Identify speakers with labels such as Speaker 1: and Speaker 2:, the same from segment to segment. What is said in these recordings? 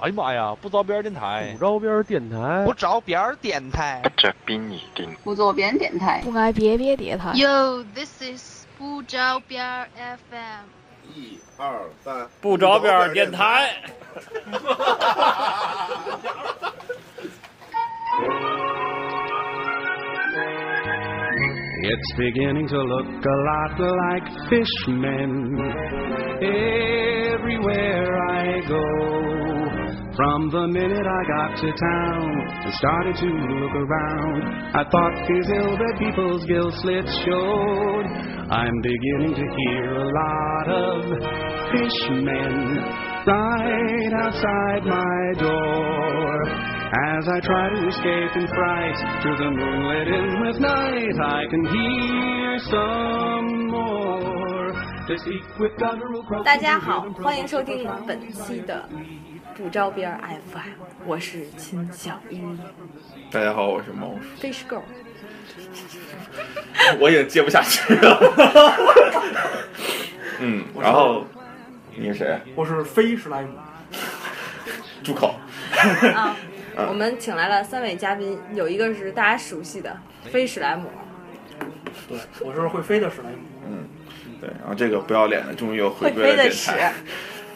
Speaker 1: 哎呀妈呀，不着边儿电台
Speaker 2: 不，着边儿电台
Speaker 3: 不，着边儿电台
Speaker 4: 不，着边儿电
Speaker 5: 不走边电台。
Speaker 6: 不挨别别叠台，
Speaker 7: Yo, this is 不着边儿 FM。
Speaker 8: 一二三，
Speaker 9: 不着边儿电台。
Speaker 10: It's beginning to look a lot like fishmen everywhere I go. From the minute I got to town and started to look around, I thought these ill-bred people's gill slits showed. I'm beginning to hear a lot of fishmen right outside my door. As I try to escape in fright through the moonlit endless night, I can hear some more. This equipped guttural croak-
Speaker 11: 大家好，欢迎收听本期的不招边儿 FM，我是秦小一
Speaker 9: 大家好，哎我是毛叔，
Speaker 11: Fish Girl。
Speaker 9: 我已经接不下去了。 嗯，然后你是谁？
Speaker 12: 我是非史莱姆，
Speaker 9: 住口！
Speaker 11: 啊，
Speaker 9: 嗯
Speaker 11: 我们请来了三位嘉宾，有一个是大家熟悉的非史莱姆，
Speaker 12: 对，我是会飞的史莱姆。
Speaker 9: 嗯，对，然后这个不要脸的终于又回
Speaker 11: 会
Speaker 9: 归了
Speaker 11: 飞的
Speaker 9: 电
Speaker 11: 史，
Speaker 9: 台。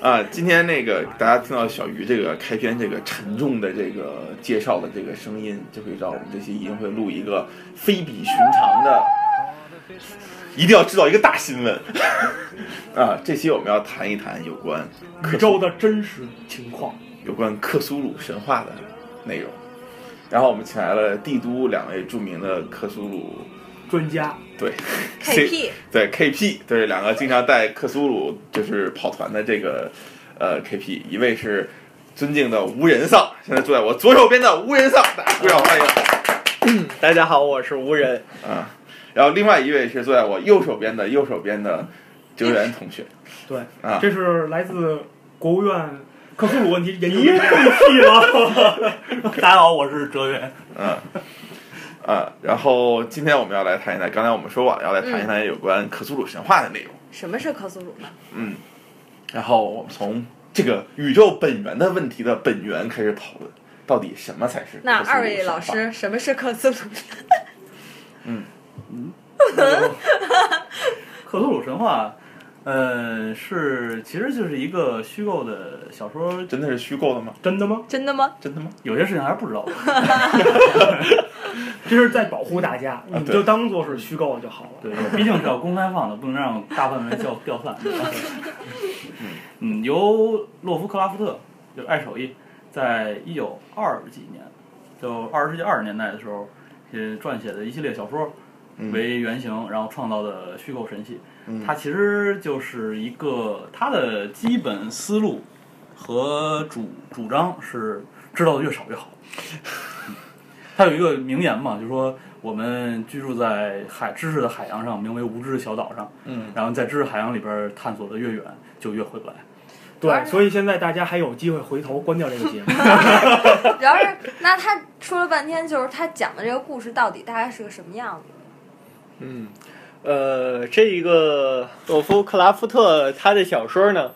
Speaker 9: 啊，今天那个大家听到小鱼这个开篇这个沉重的这个介绍的这个声音，就会知道我们这期一定会录一个非比寻常
Speaker 11: 哦
Speaker 9: 的，一定要知道一个大新闻 啊！这期我们要谈一谈有关
Speaker 12: 宇宙的真实情况。
Speaker 9: 有关克苏鲁神话的内容。然后我们请来了帝都两位著名的克苏鲁
Speaker 12: 专家，
Speaker 9: 对
Speaker 11: KP
Speaker 9: 对 KP 对两个经常带克苏鲁就是跑团的这个呃 KP，一位是尊敬的无人丧，现在坐在我左手边的无人丧，大家鼓掌欢迎
Speaker 3: 嗯大家好，我是无人。
Speaker 9: 啊！然后另外一位是坐在我右手边的右手边的哲源同学，
Speaker 12: 对，
Speaker 9: 啊
Speaker 12: 这是来自国务院克苏鲁问题研究院。气了，
Speaker 3: 大家好，我是哲源。
Speaker 9: 嗯。啊，然后今天我们要来谈一谈，刚才我们说过了要来谈一谈有关克苏鲁神话的内容。
Speaker 11: 什么是克苏鲁呢？
Speaker 9: 嗯，然后我们从这个宇宙本源的问题的本源开始讨论，到底什么才是？
Speaker 11: 那二位老，师，什么是克苏鲁？
Speaker 3: 克苏鲁神话，呃，是其实就是一个虚构的小说。
Speaker 9: 真的是虚构的吗？
Speaker 12: 真的吗？
Speaker 11: 真的 吗？
Speaker 9: 真的吗？
Speaker 3: 有些事情还是不知 道的。
Speaker 12: 这是在保护大家，你们
Speaker 9: 对
Speaker 12: 就当做是虚构就好了。
Speaker 3: 啊对，毕竟是要公开放的，不能让大范围掉掉散。对 吧嗯，由洛夫克拉夫特，就是爱手艺，在一九二几年，就二十世纪二十年代的时候，呃，撰写的一系列小说
Speaker 9: 嗯
Speaker 3: 为原型，然后创造的虚构神系。
Speaker 9: 嗯
Speaker 3: 它其实就是一个它的基本思路和主主张是知道的越少越好。它有一个名言嘛，就说我们居住在海知识的海洋上，名为无知的小岛上，
Speaker 9: 嗯，
Speaker 3: 然后在知识海洋里边探索的越远，就越回不来。
Speaker 12: 对，所以现在大家还有机会回头关掉这个节 目。
Speaker 11: 主要是那他说了半天，就是他讲的这个故事到底大概是个什么样子？
Speaker 2: 嗯，呃，这一个洛夫克拉夫特他的小说呢，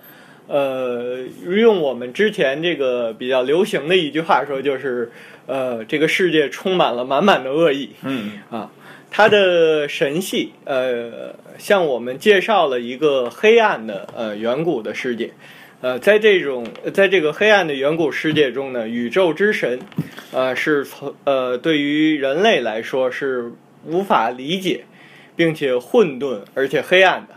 Speaker 2: 呃，用我们之前这个比较流行的一句话说，就是呃，这个世界充满了满满的恶意。
Speaker 9: 嗯
Speaker 2: 它的神系，呃，向我们介绍了一个黑暗的呃远古的世界。呃，在这种在这个黑暗的远古世界中呢，宇宙之神，呃，是从呃对于人类来说是无法理解，并且混沌而且黑暗的。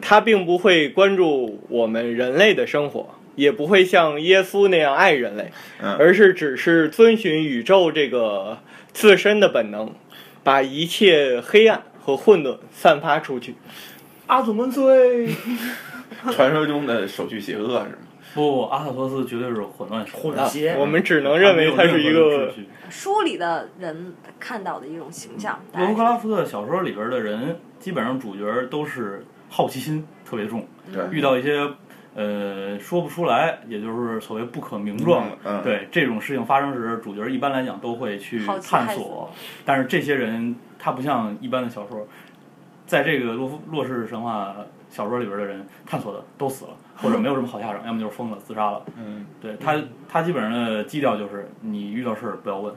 Speaker 2: 他并不会关注我们人类的生活，也不会像耶夫那样爱人类，
Speaker 9: 嗯
Speaker 2: 而是只是遵循宇宙这个自身的本能，把一切黑暗和混沌散发出去。
Speaker 12: 阿祖万岁！
Speaker 9: 传说中的手续邪恶是吗？
Speaker 3: 不，阿萨托斯绝对是混乱手
Speaker 12: 混
Speaker 2: 啊
Speaker 12: 血，
Speaker 2: 我们只能认为它
Speaker 3: 它
Speaker 2: 是一个。
Speaker 11: 书里的人看到的一种形象，大概
Speaker 3: 罗夫
Speaker 11: 是
Speaker 3: 克拉夫特小说里边的人，基本上主角都是好奇心特别重，
Speaker 9: 对
Speaker 3: 遇到一些呃说不出来，也就是所谓不可名状的，
Speaker 9: 嗯嗯
Speaker 3: 对这种事情发生时，主角一般来讲都会去
Speaker 11: 好奇
Speaker 3: 探
Speaker 11: 害
Speaker 3: 索，但是这些人他不像一般的小说，在这个洛夫洛氏神话小说里边的人探索的都死了，或者没有什么好下场，要么就是疯了自杀了。
Speaker 2: 嗯，
Speaker 3: 对他，他基本上的基调就是你遇到事儿不要问。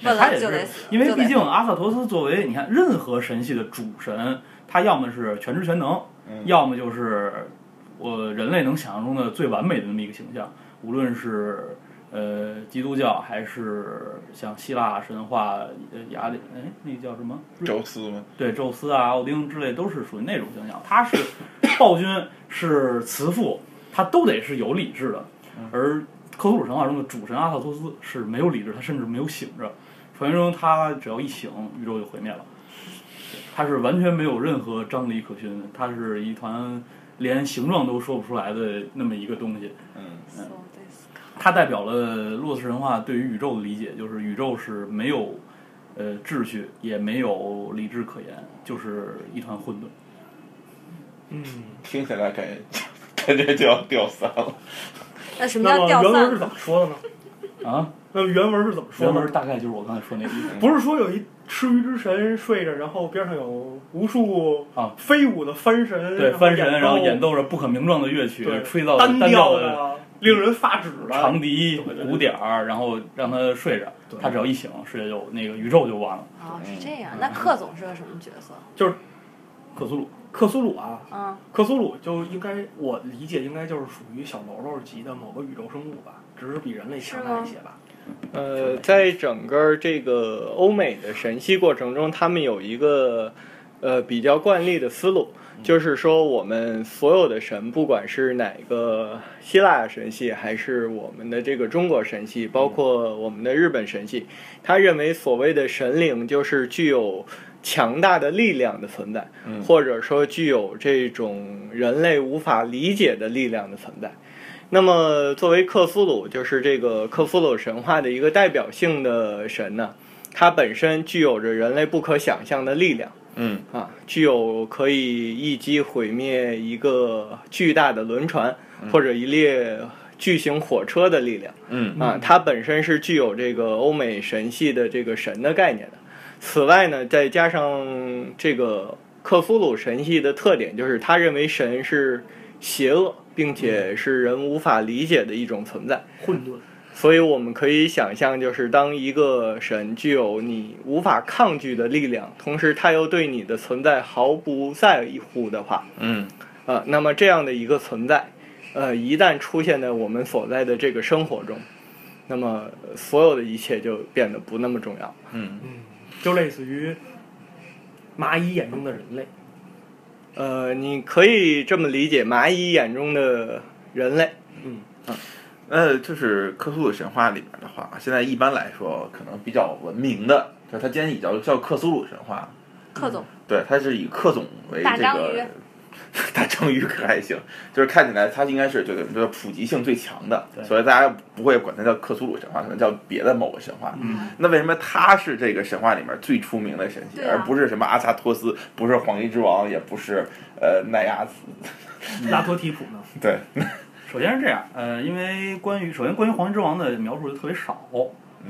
Speaker 3: 对
Speaker 11: 问了
Speaker 3: 他也
Speaker 11: 就得
Speaker 3: 是，
Speaker 11: 死
Speaker 3: 因为
Speaker 11: 就得
Speaker 3: 毕竟阿萨托斯作为你看任何神系的主神，他要么是全知全能，要么就是我人类能想象中的最完美的那么一个形象，无论是呃基督教还是像希腊神话呃雅典哎那个叫什么瑞
Speaker 9: 宙斯吗？
Speaker 3: 对，宙斯啊、奥丁之类都是属于那种形象。他是 暴君，是慈父，他都得是有理智的。而克苏鲁神话中的主神阿萨托斯是没有理智，他甚至没有醒着。传说中他只要一醒，宇宙就毁灭了。对他是完全没有任何张力可循，他是一团连形状都说不出来的那么一个东西。
Speaker 9: 嗯
Speaker 3: 它代表了洛斯神话对于宇宙的理解，就是宇宙是没有呃秩序，也没有理智可言，就是一团混沌。
Speaker 12: 嗯
Speaker 9: 听起来感觉感觉就 要掉散了。
Speaker 11: 那什么
Speaker 12: 那
Speaker 11: 叫
Speaker 12: 么
Speaker 11: 掉
Speaker 12: 原文是怎
Speaker 11: 散？
Speaker 12: 么说的呢？
Speaker 3: 啊，
Speaker 12: 那么原文是怎么说
Speaker 3: 原
Speaker 12: 的
Speaker 3: 文？大概就是我刚才说那个意思。
Speaker 12: 不是说有一吃鱼之神睡着，然后边上有无数
Speaker 3: 啊
Speaker 12: 飞舞的帆神，
Speaker 3: 对，翻神，然后演
Speaker 12: 演奏
Speaker 3: 奏着不可名状的乐曲，
Speaker 12: 对
Speaker 3: 吹到
Speaker 12: 单
Speaker 3: 单调的
Speaker 12: 的，令人发指的
Speaker 3: 长笛、
Speaker 12: 对对对
Speaker 3: 鼓点儿，然后让他睡着，他只要一醒，睡着就那个宇宙就完了。
Speaker 11: 哦，是这样。那克总是个什么角色？
Speaker 3: 克苏鲁，
Speaker 12: 克苏鲁啊，
Speaker 11: 嗯，
Speaker 12: 克苏鲁就应该我理解应该就是属于小喽啰级的某个宇宙生物吧，只是比人类强大一些吧。
Speaker 2: 呃，在整个这个欧美的神系过程中，他们有一个呃比较惯例的思路，就是说我们所有的神，不管是哪个希腊神系，还是我们的这个中国神系，包括我们的日本神系，他认为所谓的神灵就是具有。强大的力量的存在，或者说具有这种人类无法理解的力量的存在。那么，作为克苏鲁，就是这个克苏鲁神话的一个代表性的神呢，它本身具有着人类不可想象的力量
Speaker 9: 嗯，
Speaker 2: 啊，具有可以一击毁灭一个巨大的轮船或者一列巨型火车的力量。
Speaker 9: 嗯
Speaker 2: 啊，它本身是具有这个欧美神系的这个神的概念的。此外呢，再加上这个克苏鲁神系的特点，就是他认为神是邪恶，并且是人无法理解的一种存在。
Speaker 12: 混沌，
Speaker 2: 所以我们可以想象，就是当一个神具有你无法抗拒的力量，同时他又对你的存在毫不在乎的话，
Speaker 9: 嗯，
Speaker 2: 呃，那么这样的一个存在，呃，一旦出现在我们所在的这个生活中，那么呃所有的一切就变得不那么重要。
Speaker 12: 嗯，就类似于蚂蚁眼中的人类。
Speaker 2: 呃，你可以这么理解蚂蚁眼中的人类，
Speaker 9: 那呃就是克苏鲁神话里面的话，现在一般来说可能比较文明的，就是它既然也叫叫克苏鲁神话，
Speaker 11: 克总
Speaker 9: 对，它是以克总为
Speaker 11: 大
Speaker 9: 这
Speaker 11: 章
Speaker 9: 个
Speaker 11: 鱼。
Speaker 9: 大章鱼可还行，就是看起来它应该是就是就是普及性最强的，
Speaker 3: 对
Speaker 9: 所以大家不会管它叫克苏鲁神话，可能叫别的某个神话。
Speaker 3: 嗯
Speaker 9: 那为什么它是这个神话里面最出名的神奇，
Speaker 11: 嗯对啊
Speaker 9: 而不是什么阿萨托斯，不是黄衣之王，也不是呃奈亚斯？
Speaker 12: 拉托提普呢？
Speaker 9: 对，
Speaker 3: 首先是这样，呃，因为关于首先关于黄金之王的描述就特别少，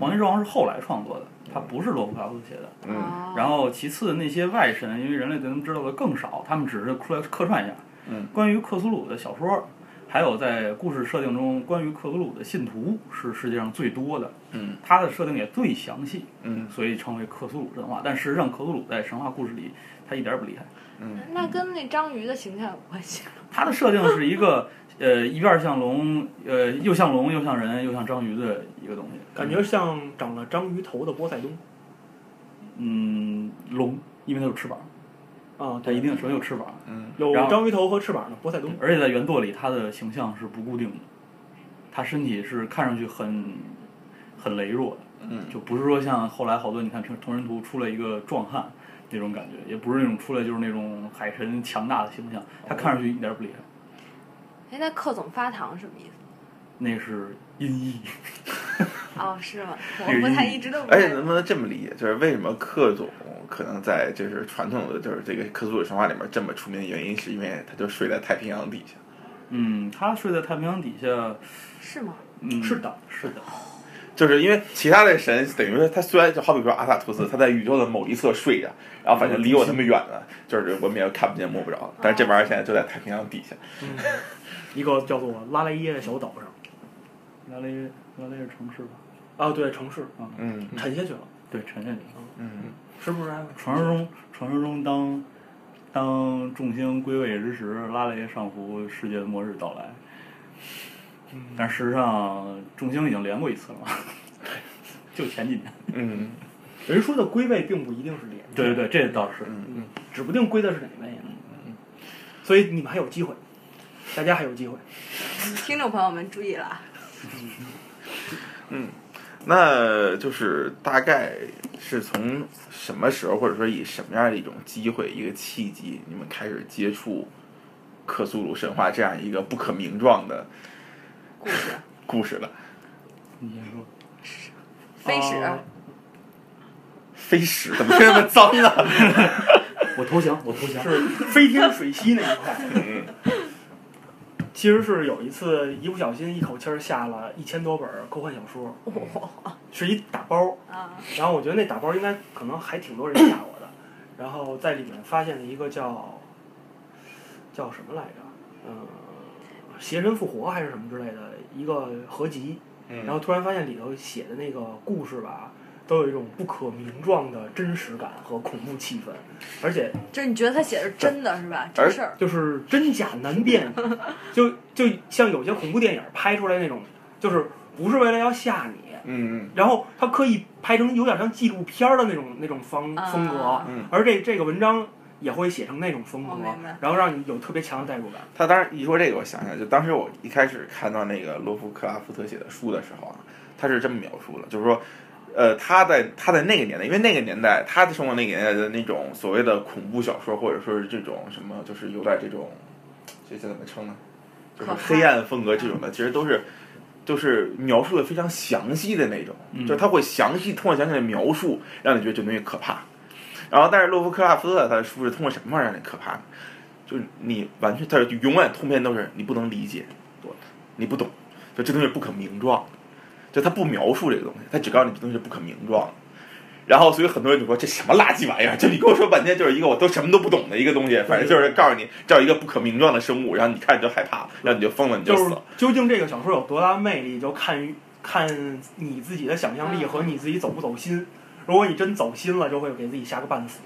Speaker 3: 黄金之王是后来创作的，它不是洛夫克拉夫写的。
Speaker 11: 啊
Speaker 9: 嗯
Speaker 11: 哦
Speaker 3: 然后其次那些外神，因为人类对他们知道的更少，他们只是客客串一下。
Speaker 9: 嗯，
Speaker 3: 关于克苏鲁的小说，还有在故事设定中关于克苏鲁的信徒是世界上最多的。
Speaker 9: 嗯，
Speaker 3: 它的设定也最详细，
Speaker 9: 嗯，
Speaker 3: 所以称为克苏鲁神话。但事实上，克苏鲁在神话故事里他一点儿也不厉害。
Speaker 11: 那跟那章鱼的形象有关系吗？
Speaker 3: 它的设定是 一个呃一边儿像龙，呃又像龙又像人又像章鱼的一个东西，
Speaker 12: 感觉像长了章鱼头的波塞冬
Speaker 3: 嗯龙，因为它有翅膀，
Speaker 12: 啊，
Speaker 3: 它
Speaker 12: 对
Speaker 3: 嗯一定首先有翅膀，
Speaker 9: 嗯
Speaker 12: 有
Speaker 3: 然后
Speaker 12: 章鱼头和翅膀的波塞冬。
Speaker 3: 而且在原作里它的形象是不固定的，它身体是看上去很很羸弱的，
Speaker 9: 嗯
Speaker 3: 就不是说像后来好多你看同同人图出了一个壮汉那种感觉，也不是那种出来就是那种海神强大的形象，它看上去一点儿也不厉害，
Speaker 11: 哎，那克总发糖什么意思？
Speaker 3: 那是音 译。
Speaker 11: 哦，是吗？我
Speaker 3: 那个
Speaker 11: 不太
Speaker 12: 嗯
Speaker 3: 意义
Speaker 11: 一直都不
Speaker 12: 哎
Speaker 9: 而
Speaker 11: 太
Speaker 9: 且能不能这么理解，就是为什么克总可能在就是传统的就是这个克苏鲁神话里面这么出名的原因，是因为他就睡在太平洋底下。
Speaker 3: 嗯，他睡在太平洋底下，
Speaker 11: 是吗？
Speaker 3: 嗯，
Speaker 12: 是的，
Speaker 3: 是的，
Speaker 9: 就是因为其他的神等于说，他虽然就好比说阿萨图斯，他在宇宙的某一侧睡着，然后反正离我那么远了，就是我们也看不见摸不着。但是这玩意儿现在就在太平洋底下，
Speaker 12: 嗯 一个叫做拉莱耶的小岛上。
Speaker 3: 拉雷拉雷是城市吧？
Speaker 12: 啊，对，城市
Speaker 3: 啊，
Speaker 9: 嗯
Speaker 12: 沉下去了，
Speaker 3: 对，沉下去。
Speaker 9: 嗯，
Speaker 12: 是不是啊还有？
Speaker 3: 传说中，传说中当当众星归位之时，拉雷上浮，世界的末日到来。但事实上，众星已经连过一次了嘛， 就前几年。
Speaker 9: 嗯
Speaker 12: 人说的归位并不一定是连，
Speaker 3: 对对对，这倒是。
Speaker 12: 指不定归的是哪位呢。啊嗯所以你们还有机会，大家还有机会。
Speaker 11: 嗯听众朋友们注意了啊，
Speaker 9: 那就是大概是从什么时候，或者说以什么样的一种机会、一个契机，你们开始接触克苏鲁神话这样一个不可名状的
Speaker 11: 故事
Speaker 9: 故事了？
Speaker 3: 你先说。
Speaker 11: 飞史
Speaker 12: 哦
Speaker 9: 飞石怎么这么脏啊？
Speaker 3: 我投降，我投降。
Speaker 12: 是飞天水西那一块。嗯其实是有一次一不小心一口气儿下了一千多本儿科幻小说，是一打包。
Speaker 11: 啊，
Speaker 12: 然后我觉得那打包应该可能还挺多人下我的，然后在里面发现了一个叫叫什么来着，嗯，邪神复活还是什么之类的一个合集。
Speaker 9: 嗯
Speaker 12: 然后突然发现里头写的那个故事吧，都有一种不可名状的真实感和恐怖气氛，而且
Speaker 11: 就是你觉得他写的是真的是吧？
Speaker 12: 哎
Speaker 9: 而
Speaker 11: 真事儿，
Speaker 12: 就是真假难辨，就就像有些恐怖电影拍出来那种，就是不是为了要吓你，
Speaker 9: 嗯
Speaker 12: 然后他刻意拍成有点像纪录片儿的那种那种方
Speaker 11: 啊
Speaker 12: 风格，
Speaker 9: 嗯，
Speaker 12: 而这这个文章也会写成那种风格
Speaker 11: 我明白，
Speaker 12: 然后让你有特别强的代入感。
Speaker 9: 他当时一说这个，我想想，就当时我一开始看到那个罗夫克拉夫特写的书的时候啊，他是这么描述的，就是说，呃，他在他在那个年代，因为那个年代他生活那个年代的那种所谓的恐怖小说，或者说是这种什么，就是有点这种，这这怎么称呢？就是黑暗风格这种的，其实都是。就是描述的非常详细的那种，
Speaker 3: 嗯
Speaker 9: 就是他会详细通过详细的描述，让你觉得这东西可怕。然后，但是洛夫克拉夫特他的书是通过什么方式让你可怕呢？就是你完全，他就永远通篇都是你不能理解，你不懂，就这东西不可名状，就他不描述这个东西，他只告诉你这东西是不可名状的。然后，所以很多人就说这什么垃圾玩意儿，就你跟我说半天就是一个我都什么都不懂的一个东西，反正就是告诉你这有一个不可名状的生物，然后你看你就害怕，然后你就疯了，你
Speaker 12: 就
Speaker 9: 死
Speaker 12: 是
Speaker 9: 了。
Speaker 12: 究竟这个小说有多大魅力，就看看你自己的想象力和你自己走不走心。如果你真走心了，就会给自己吓个半死。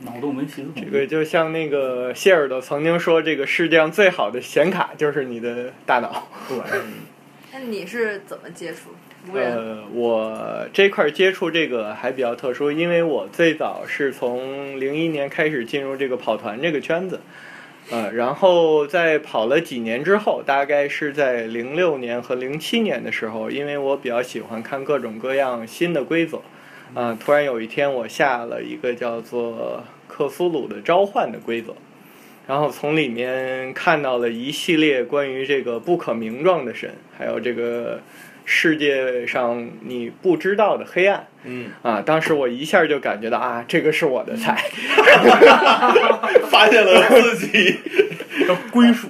Speaker 3: 脑洞没皮子
Speaker 2: 这个就像那个谢耳朵曾经说，这个世界上最好的显卡就是你的大脑。
Speaker 12: 对，
Speaker 11: 那你是怎么接触无人？
Speaker 2: 呃，我这块儿接触这个还比较特殊，因为我最早是从零一年开始进入这个跑团这个圈子，呃，然后在跑了几年之后，大概是在零六年和零七年的时候，因为我比较喜欢看各种各样新的规则，啊、突然有一天我下了一个叫做克苏鲁的召唤的规则。然后从里面看到了一系列关于这个不可名状的神，还有这个世界上你不知道的黑暗
Speaker 9: 嗯，
Speaker 2: 啊！当时我一下就感觉到啊，这个是我的菜。
Speaker 9: 发现了自己，
Speaker 12: 叫归属。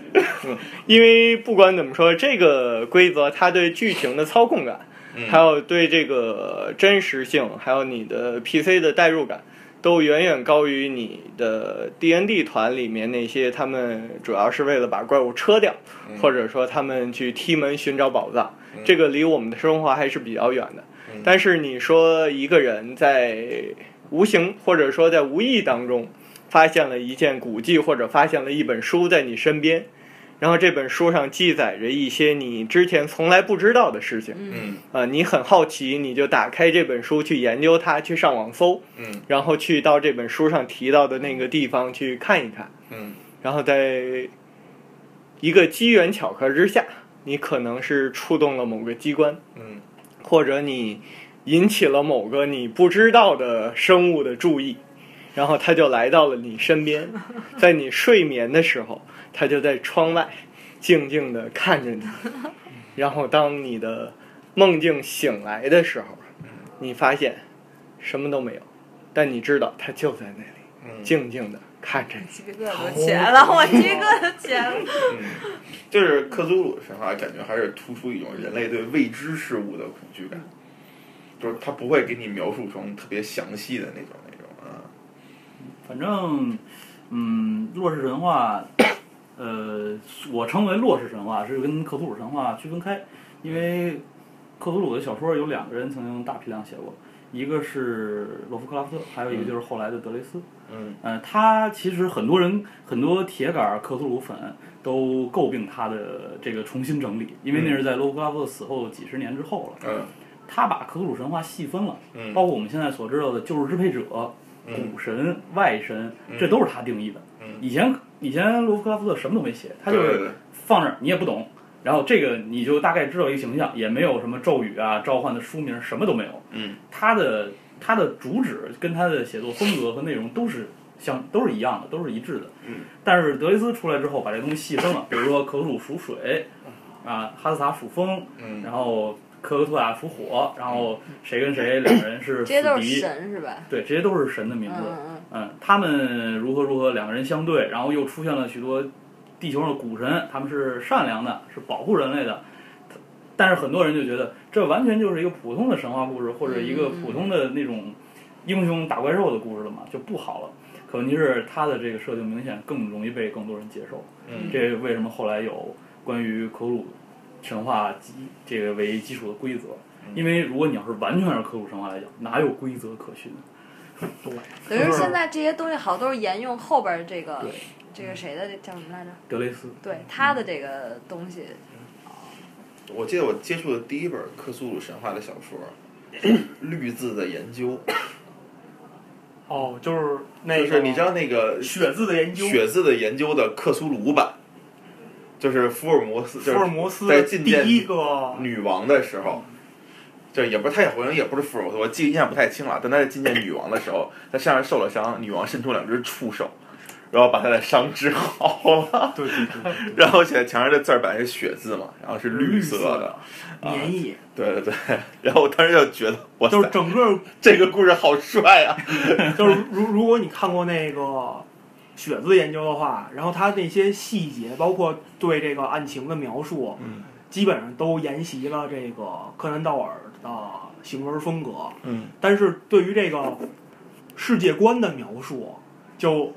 Speaker 2: 因为不管怎么说，这个规则它对剧情的操控感，还有对这个真实性，还有你的 PC 的代入感，都远远高于你的 D N D 团里面那些他们主要是为了把怪物车掉，或者说他们去踢门寻找宝藏，这个离我们的生活还是比较远的。但是你说一个人在无形或者说在无意当中发现了一件古迹，或者发现了一本书在你身边。然后这本书上记载着一些你之前从来不知道的事情，
Speaker 9: 嗯
Speaker 2: 啊、你很好奇，你就打开这本书去研究它，去上网搜，
Speaker 9: 嗯
Speaker 2: 然后去到这本书上提到的那个地方去看一看，
Speaker 9: 嗯
Speaker 2: 然后在一个机缘巧合之下，你可能是触动了某个机关，
Speaker 9: 嗯
Speaker 2: 或者你引起了某个你不知道的生物的注意，然后它就来到了你身边， 在你睡眠的时候，它就在窗外静静地看着你，然后当你的梦境醒来的时候，你发现什么都没有，但你知道它就在那里。静静的看着你。
Speaker 11: 鸡皮疙瘩都起来了，我鸡皮疙瘩起来了。
Speaker 9: 就是克苏鲁神话，感觉还是突出一种人类对未知事物的恐惧感，就是它不会给你描述成特别详细的那种那种啊。
Speaker 3: 反正，嗯，洛氏神话， 呃，我称为洛氏神话是跟克苏鲁神话区分开，因为克苏鲁的小说有两个人曾经大批量写过，一个是罗夫克拉夫特，还有一个就是后来的德雷斯。
Speaker 9: 嗯，
Speaker 3: 呃，他其实很多人很多铁杆克苏鲁粉都诟病他的这个重新整理，因为那是在罗夫克拉夫特死后几十年之后了。
Speaker 9: 嗯
Speaker 3: 他把克苏鲁神话细分了，
Speaker 9: 嗯
Speaker 3: 包括我们现在所知道的救世支配者、
Speaker 9: 嗯
Speaker 3: 古神、外神，这都是他定义的。
Speaker 9: 嗯
Speaker 3: 以前以前罗夫克拉夫特什么都没写，他就
Speaker 9: 对对对
Speaker 3: 是放这儿，你也不懂。然后这个你就大概知道一个形象，也没有什么咒语啊、召唤的书名，什么都没有。
Speaker 9: 嗯，
Speaker 3: 他的他的主旨跟他的写作风格和内容都是相都是一样的，都是一致的。
Speaker 9: 嗯，
Speaker 3: 但是德雷斯出来之后，把这东西细分了，比如说可鲁属水，啊，哈斯塔属风，
Speaker 9: 嗯
Speaker 3: 然后科格图瓦属火，然后谁跟谁两个 人是
Speaker 11: 这些嗯都
Speaker 3: 死
Speaker 11: 是
Speaker 3: 敌，
Speaker 11: 神是吧？
Speaker 3: 对，这些都是神的名
Speaker 11: 嗯
Speaker 3: 字。
Speaker 11: 嗯嗯，
Speaker 3: 嗯，他们如何如何，两个人相对，然后又出现了许多地球上的古神，他们是善良的，是保护人类的。但是很多人就觉得这完全就是一个普通的神话故事，或者一个普通的那种英雄打怪兽的故事了嘛，就不好了。可问题是他的这个设定明显更容易被更多人接受，
Speaker 9: 嗯
Speaker 3: 这为什么后来有关于科鲁神话基这个为基础的规则？
Speaker 9: 嗯
Speaker 3: 因为如果你要是完全是科鲁神话来讲，哪有规则可循？
Speaker 11: 可是现在这些东西好都是沿用后边儿这个这个谁的这叫什么来着？
Speaker 3: 德雷斯，
Speaker 11: 对他的这个东西，
Speaker 9: 我记得我接触的第一本克苏鲁神话的小 说，《绿字的研究》，
Speaker 12: 哦，就是那 个，
Speaker 9: 就是你知道那个
Speaker 12: 血字的研究，
Speaker 9: 血字的研究的克苏鲁版，就是福尔摩斯，就是
Speaker 12: 福尔摩斯
Speaker 9: 在觐
Speaker 12: 第
Speaker 9: 见
Speaker 12: 一个，
Speaker 9: 女王的时候，这也不是他也好像也不是福尔摩斯，我记印象不太清了。但他在觐见女王的时候，他身上受了伤，女王伸出两只触手，然后把他的伤治好了。
Speaker 12: 对对对，
Speaker 9: 然后写在墙上的字儿本来是血字嘛，然后是绿色
Speaker 12: 绿色
Speaker 9: 的
Speaker 12: 的，粘液，
Speaker 9: 对对对。然后我当时就觉得，哇
Speaker 12: 就是
Speaker 9: 塞，
Speaker 12: 整个
Speaker 9: 这个故事好帅啊！
Speaker 12: 就是如如果你看过那个血字研究的话，然后他那些细节，包括对这个案情的描述，
Speaker 9: 嗯
Speaker 12: 基本上都沿袭了这个柯南道尔的行文风格。
Speaker 9: 嗯
Speaker 12: 但是对于这个世界观的描述，就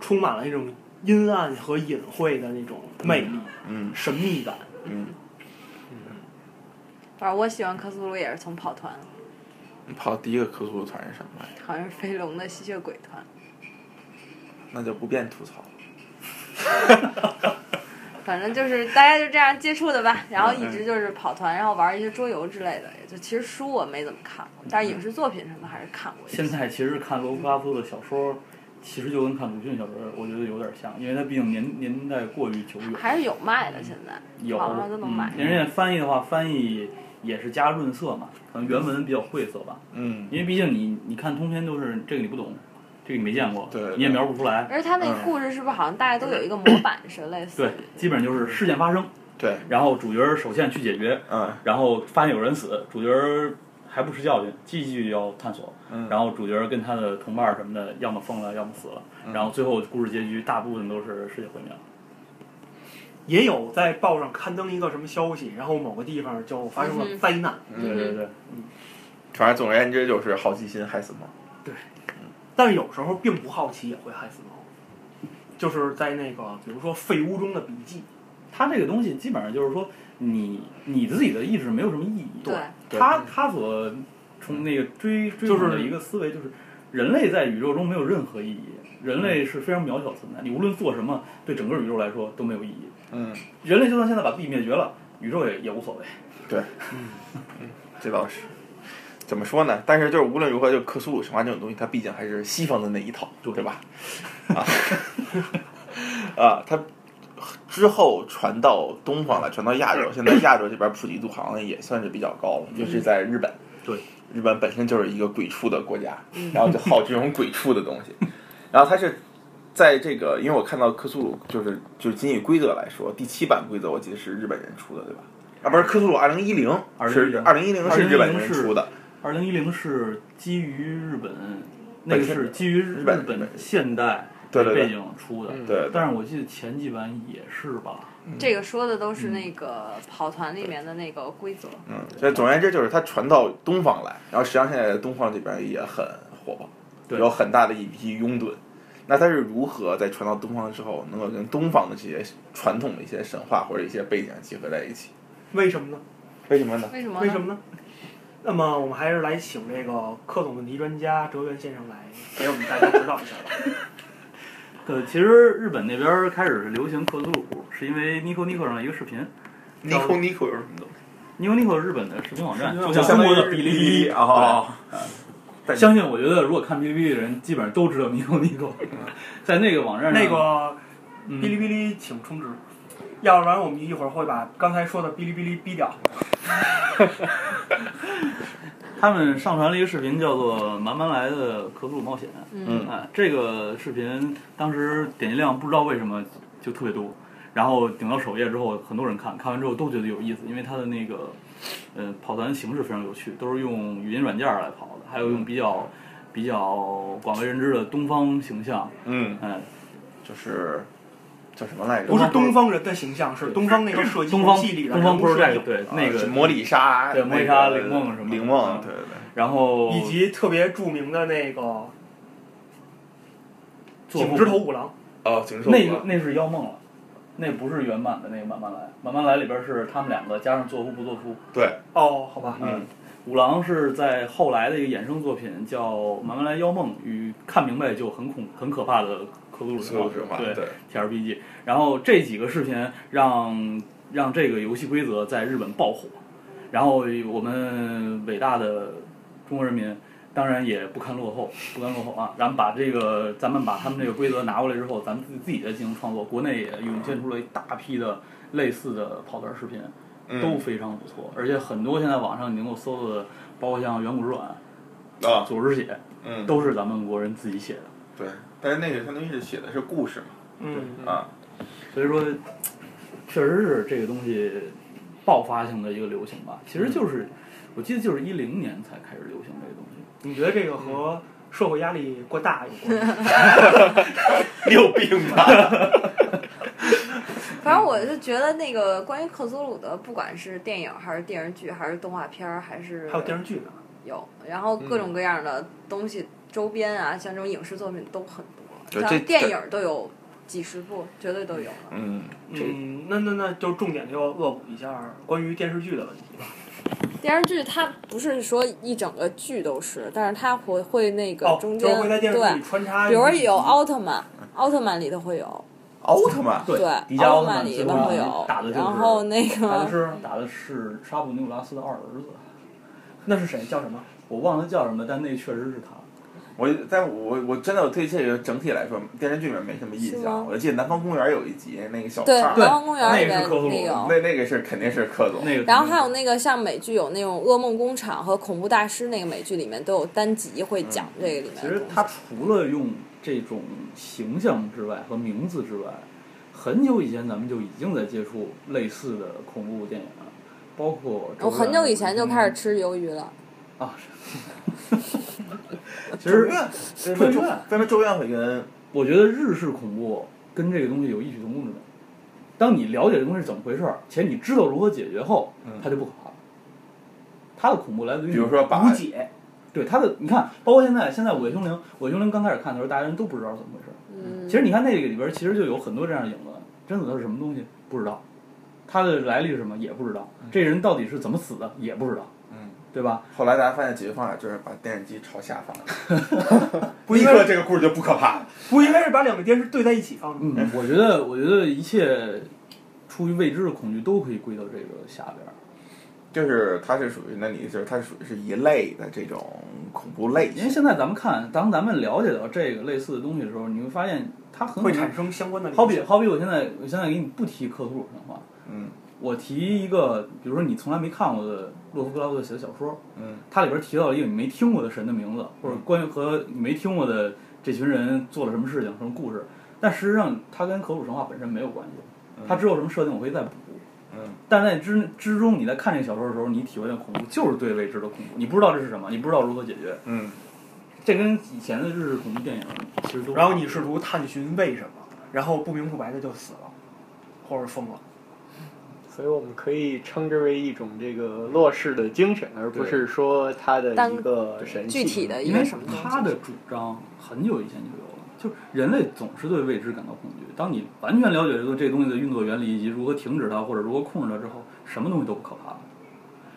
Speaker 12: 充满了那种阴暗和隐晦的那种魅力、
Speaker 9: 嗯
Speaker 12: 神秘感。
Speaker 9: 嗯，
Speaker 11: 反正我喜欢克苏鲁也是从跑团，
Speaker 9: 跑第一个克苏鲁团是什么来着？
Speaker 11: 好像是飞龙的吸血鬼团。
Speaker 9: 那就不便吐槽了。
Speaker 11: 反正就是大家就这样接触的
Speaker 3: 嗯
Speaker 11: 吧，然后一直就是跑团，然后玩一些桌游之类的。也就其实书我没怎么看过，但是影视作品什么还是看过一些。
Speaker 3: 现在其实看罗夫克拉夫特的小说，其实就跟看鲁迅小说，我觉得有点像，因为它毕竟年年代过于久远。
Speaker 11: 还是有卖的，现在
Speaker 3: 有，
Speaker 11: 网上都能买。
Speaker 3: 嗯。人家翻译的话，翻译也是加润色嘛，可能原文比较晦涩吧，
Speaker 9: 嗯，
Speaker 3: 因为毕竟你你看通篇都是这个你不懂，这个你没见过，
Speaker 9: 对对
Speaker 3: 你也描述不出来。
Speaker 11: 而且他那个故事是不是好像大家都有一个模板是类似
Speaker 3: 对
Speaker 11: 于？，
Speaker 3: 基本上就是事件发生，
Speaker 9: 对，
Speaker 3: 然后主角儿首先去解决，
Speaker 9: 嗯
Speaker 3: 然后发现有人死，主角儿还不识教训，继续要探索。
Speaker 9: 嗯
Speaker 3: 然后主角儿跟他的同伴儿什么的，要么疯了，要么死了。
Speaker 9: 嗯
Speaker 3: 然后最后故事结局大部分都是世界毁灭了。
Speaker 12: 也有在报上刊登一个什么消息，然后某个地方就发生了灾难。
Speaker 3: 对对对，
Speaker 9: 嗯反正总而言之就是好奇心害死猫。
Speaker 12: 但是有时候并不好奇也会害死猫，就是在那个比如说废屋中的笔记，
Speaker 3: 他这个东西基本上就是说，你你自己的意志没有什么意义。
Speaker 11: 对，
Speaker 9: 对嗯
Speaker 3: 他他所从那个追追
Speaker 12: 就是
Speaker 3: 捧的一个思维就是，人类在宇宙中没有任何意义，人
Speaker 9: 嗯
Speaker 3: 类是非常渺小存在，你无论做什么，对整个宇宙来说都没有意义。
Speaker 9: 嗯，
Speaker 3: 人类就算现在把自己灭绝了，宇宙也也无所谓。
Speaker 9: 对，嗯，这倒是。怎么说呢？但是就是无论如何，就克苏鲁神话这种东西，它毕竟还是西方的那一套，
Speaker 3: 对
Speaker 9: 对吧？啊， 啊，它之后传到东方来，传到亚洲，现在亚洲这边普及度好像也算是比较高了，就是在日本。
Speaker 3: 对，
Speaker 9: 日本本身就是一个鬼畜的国家，然后就好这种鬼畜的东西。然后它是在这个，因为我看到克苏鲁，就是就是仅以规则来说，第七版规则我记得是日本人出的，对吧？啊，不是克苏鲁二零一零是
Speaker 3: 2010
Speaker 9: 二零一零是日本人
Speaker 3: 2010是
Speaker 9: 出的，
Speaker 3: 二零一零是基于日本那个
Speaker 9: 本身
Speaker 3: 是基于日
Speaker 9: 本
Speaker 3: 本现代
Speaker 9: 对对对
Speaker 3: 背景出的，
Speaker 9: 对
Speaker 3: 但是我记得前几版也是吧，
Speaker 11: 这个说的都
Speaker 3: 嗯
Speaker 11: 是那个跑团里面的那个规则。
Speaker 9: 嗯，所以总而言之就是它传到东方来，然后实际上现在东方这边也很火爆，
Speaker 3: 对
Speaker 9: 有很大的一批拥趸。那它是如何在传到东方之后，能够跟东方的这些传统的一些神话或者一些背景结合在一起？
Speaker 12: 为什么呢？
Speaker 9: 为什么呢？
Speaker 11: 为什么？
Speaker 12: 为什？么呢？那么我们还是来请这个克总问题专家哲源先生来给我们大家指导一下吧。
Speaker 3: 呃，其实日本那边儿开始是流行克苏鲁，是因为 Nico Nico 上一个视频
Speaker 9: 尼
Speaker 3: 然后
Speaker 9: 可尼可有什么东西？
Speaker 3: ，Nico Nico 是日本的视频网站，就
Speaker 9: 就
Speaker 3: 像
Speaker 9: 相
Speaker 3: 中
Speaker 9: 当
Speaker 3: 国
Speaker 9: 于
Speaker 3: 的
Speaker 9: 是
Speaker 3: 哔
Speaker 9: 哔哩
Speaker 3: 哩哔
Speaker 9: 哔
Speaker 3: 哩
Speaker 9: 哩啊，
Speaker 3: 对相信我觉得，如果看哔哩哔哩的人，基本上都知道 Nico Nico，在 嗯那个网站上，
Speaker 12: 那个
Speaker 3: 嗯
Speaker 12: 哔哩哔哩请充值，要不然我们一会儿会把刚才说的哔哩哔哩逼掉。
Speaker 3: 他们上传了一个视频，叫做《慢慢来的克苏鲁冒险》。
Speaker 11: 嗯
Speaker 3: 啊，这个视频当时点击量不知道为什么就特别多，然后顶到首页之后，很多人看，看完之后都觉得有意思，因为它的那个呃跑团形式非常有趣，都是用语音软件儿来跑的，还有用比较比较广为人知的东方形象，
Speaker 9: 嗯，
Speaker 3: 嗯、
Speaker 9: 就是叫什么来着？啊
Speaker 12: 不是东方人的形象，是东方那个设计
Speaker 3: 东方
Speaker 12: 游戏里的
Speaker 3: 东方
Speaker 12: 人物设
Speaker 3: project
Speaker 12: 计，
Speaker 3: 对
Speaker 9: 啊
Speaker 3: 那个
Speaker 9: 是摩里莎，
Speaker 3: 对
Speaker 9: 那个
Speaker 3: 摩里莎灵梦什么的
Speaker 9: 灵梦，
Speaker 3: 嗯
Speaker 9: 对对对，
Speaker 3: 然后
Speaker 12: 以及特别著名的那个
Speaker 3: 做
Speaker 12: 井
Speaker 3: 梦
Speaker 12: 之头五郎。
Speaker 9: 哦，井手
Speaker 3: 那个那是妖梦了，那不是原版的那个慢慢来，慢慢来里边是他们两个加上作夫不作夫。
Speaker 9: 对，
Speaker 12: 哦，好吧，
Speaker 9: 嗯，
Speaker 3: 五郎是在后来的一个衍生作品叫《慢慢来妖梦与看明白就很恐很可怕的克苏鲁神
Speaker 9: 所
Speaker 3: 话
Speaker 9: 有》神话，
Speaker 3: 对
Speaker 9: 对，
Speaker 3: TRPG，然后这几个视频让让这个游戏规则在日本爆火，然后我们伟大的中国人民当然也不堪落后，不甘落后啊！咱们把这个，咱们把他们这个规则拿过来之后，咱们自己自己再进行创作，国内也涌现出了一大批的类似的跑团视频，都
Speaker 9: 嗯
Speaker 3: 非常不错，而且很多现在网上你能够搜到的，包括像远古之卵、
Speaker 9: 啊，
Speaker 3: 组织写，
Speaker 9: 嗯，
Speaker 3: 都是咱们国人自己写的。
Speaker 9: 对，但是那个相当于是写的是故事嘛，
Speaker 12: 嗯，
Speaker 9: 啊，
Speaker 3: 所以说，确实是这个东西爆发性的一个流行吧。其实就是，我记得就是一零年才开始流行这个东西。
Speaker 12: 你觉得这个和社会压力过大有关系？
Speaker 9: 你有病吧？
Speaker 11: 反正我就觉得那个关于克苏鲁的，不管是电影还是电视剧，还是动画片儿，还是
Speaker 12: 还有电视剧呢？
Speaker 11: 有，然后各种各样的东西、周边啊，像这种影视作品都很多，
Speaker 9: 对
Speaker 11: 像
Speaker 9: 这
Speaker 11: 电影儿都有几十部，绝对都有了。
Speaker 9: 嗯，这
Speaker 12: 嗯，那那那就重点就要恶补一下关于电视剧的问题吧。
Speaker 11: 电视剧它不是说一整个剧都是，但是它会会那个
Speaker 12: 哦，
Speaker 11: 中
Speaker 12: 就
Speaker 11: 间、
Speaker 12: 是会在电视剧里
Speaker 11: 对，
Speaker 12: 穿插一
Speaker 11: 比
Speaker 12: 集，
Speaker 11: 如有奥特曼，奥特曼里头会有，
Speaker 9: 奥特曼，
Speaker 3: 对迪迦
Speaker 11: 奥
Speaker 3: 奥
Speaker 11: 特
Speaker 3: 特
Speaker 11: 曼
Speaker 3: 曼
Speaker 11: 里
Speaker 3: 最
Speaker 11: 头
Speaker 3: 后
Speaker 11: 会有，
Speaker 3: 打的就是
Speaker 11: 然后那
Speaker 3: 打的
Speaker 11: 个
Speaker 3: 是打的是沙普纽拉斯的二儿子，
Speaker 12: 那是谁叫什么？
Speaker 3: 我忘了叫什么，但那确实是他。
Speaker 9: 我但我我真的我对这个整体来说，电视剧里面没什么印
Speaker 11: 是吗
Speaker 9: 象。我记得《南方公园》有一集，那个小
Speaker 11: 对
Speaker 9: 胖
Speaker 11: 《
Speaker 9: 儿，
Speaker 11: 南方公园》里
Speaker 3: 那个是克苏鲁
Speaker 11: 面也有。
Speaker 9: 那那个是肯定是克总，
Speaker 3: 那个
Speaker 11: 然后还有那个像美剧有那种《噩梦工厂》和《恐怖大师》那个美剧里面都有单集会讲这个里面的
Speaker 3: 其
Speaker 11: 东西。
Speaker 3: 实他除了用这种形象之外和名字之外，很久以前咱们就已经在接触类似的恐怖电影了，包括
Speaker 11: 我很久以前就开始
Speaker 3: 嗯
Speaker 11: 吃鱿鱼了，
Speaker 3: 啊，其
Speaker 9: 其实周
Speaker 3: 实周
Speaker 9: 周
Speaker 3: 院，
Speaker 9: 但是周院会跟
Speaker 3: 我觉得日式恐怖跟这个东西有异曲同工之妙。当你了解这个东西是怎么回事儿，且你知道如何解决后，
Speaker 9: 嗯
Speaker 3: 它就不可怕了。它的恐怖来自于，
Speaker 9: 比如说把
Speaker 12: 无解，
Speaker 3: 对它的，你看，包括现在，现在《伪凶铃》，《伪凶铃》刚开始看的时候，大家人都不知道是怎么回事儿。
Speaker 11: 嗯，
Speaker 3: 其实你看那个里边，其实就有很多这样的影子。贞子她是什么东西不知道，她的来历是什么也不知道，这人到底是怎么死的也不知道，
Speaker 9: 嗯，
Speaker 3: 对吧？
Speaker 9: 后来大家发现解决方法就是把电视机朝下放， 立刻这个故事就不可怕了。
Speaker 12: 不应该是把两个电视对在一起放吗？
Speaker 3: 嗯，我觉得，我觉得一切出于未知的恐惧都可以归到这个下边儿。
Speaker 9: 就是它是属于那里，就是它属于是一类的这种恐怖类
Speaker 3: 因为
Speaker 9: 型，
Speaker 3: 现在咱们看，当咱们了解到这个类似的东西的时候，你会发现它
Speaker 11: 嗯
Speaker 3: 很
Speaker 12: 会产生相关的联
Speaker 3: 好比
Speaker 12: 想
Speaker 3: 好比我现在我现在给你不提克苏鲁神话，
Speaker 9: 嗯
Speaker 3: 我提一个，比如说你从来没看过的洛夫克拉夫特写的小说，
Speaker 9: 嗯
Speaker 3: 它里边提到了一个你没听过的神的名字，或者
Speaker 12: 嗯
Speaker 3: 关于和你没听过的这群人做了什么事情、什么故事，但事实上它跟可鲁神话本身没有关系，
Speaker 12: 嗯
Speaker 3: 它只有什么设定我会再补。
Speaker 9: 嗯，
Speaker 3: 但在之之中，你在看这个小说的时候，你体会的恐怖就是对未知的恐怖，你不知道这是什么，你不知道如何解决。
Speaker 9: 嗯，
Speaker 3: 这跟以前的日恐怖电影其实都
Speaker 12: 然后你试图探寻为什么，然后不明不白的就死了，或者疯了。
Speaker 2: 所以我们可以称之为一种这个洛氏的精神，而不是说它的一个神
Speaker 11: 具
Speaker 2: 性。
Speaker 11: 体的一
Speaker 3: 因为
Speaker 11: 个什么东
Speaker 3: 他
Speaker 11: 西。
Speaker 3: 的主张很久以前就有了，就是人类总是对未知感到恐惧。当你完全了解这这东西的运作原理以及如何停止它或者如何控制它之后，什么东西都不可怕了。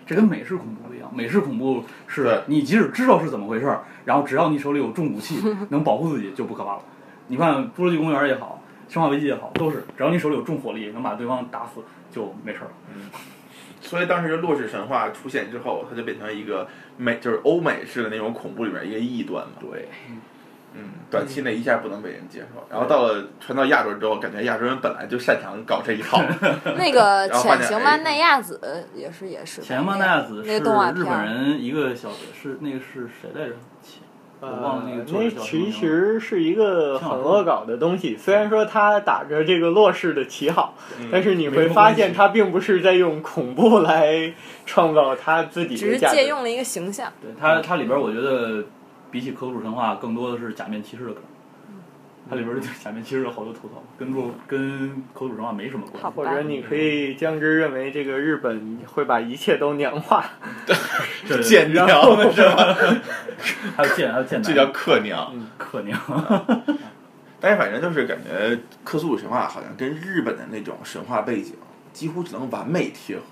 Speaker 3: 这跟美式恐怖不一样，美式恐怖是
Speaker 9: 对
Speaker 3: 你即使知道是怎么回事儿，然后只要你手里有重武器能保护自己就不可怕了。你看《侏罗纪公园》也好，《生化危机》也好，都是只要你手里有重火力能把对方打死就没事儿了。
Speaker 9: 所以当时洛氏神话出现之后，它就变成一个美，就是欧美式的那种恐怖里面一个异端嘛。
Speaker 3: 对，
Speaker 9: 嗯，短期内一下不能被人接受，然后到了传到亚洲之后，感觉亚洲人本来就擅长搞这一 套。
Speaker 11: 那个
Speaker 9: 然后换
Speaker 11: 潜
Speaker 9: 成
Speaker 11: 行
Speaker 9: A
Speaker 11: 吧奈亚子也是也是吧。
Speaker 3: 前方
Speaker 11: 那
Speaker 3: 奈
Speaker 11: 个
Speaker 3: 子是
Speaker 11: 那个动画
Speaker 3: 日
Speaker 11: 片
Speaker 3: 本
Speaker 11: 儿，
Speaker 3: 人一个小是那个是谁来着？
Speaker 2: 呃
Speaker 3: 我忘了那个作者
Speaker 2: 那
Speaker 3: 叫什么
Speaker 2: 其
Speaker 3: 名字
Speaker 2: 实是一个很恶搞的东西，虽然说它打着这个洛氏的旗号，
Speaker 9: 嗯
Speaker 2: 但是你会发现它并不是在用恐怖来创造它自己
Speaker 11: 只
Speaker 2: 的
Speaker 11: 是
Speaker 2: 价值。
Speaker 11: 借用了一个形象。
Speaker 3: 对它，
Speaker 9: 嗯
Speaker 3: 它里边我觉得比起科鲁神话，更多的是假面骑士的梗。
Speaker 11: 嗯
Speaker 3: 它里边对假面骑士有好多吐槽，跟洛跟科鲁神话没什么关
Speaker 11: 好
Speaker 3: 系。
Speaker 2: 或者你可以将之认为这个日本会把一切都娘化，
Speaker 3: 这
Speaker 9: 剑娘是吧？
Speaker 3: 还有剑，还有剑
Speaker 9: 这叫
Speaker 3: 南
Speaker 9: 克娘。
Speaker 3: 克宁。
Speaker 9: 但是反正就是感觉克苏鲁神话好像跟日本的那种神话背景几乎只能完美贴合，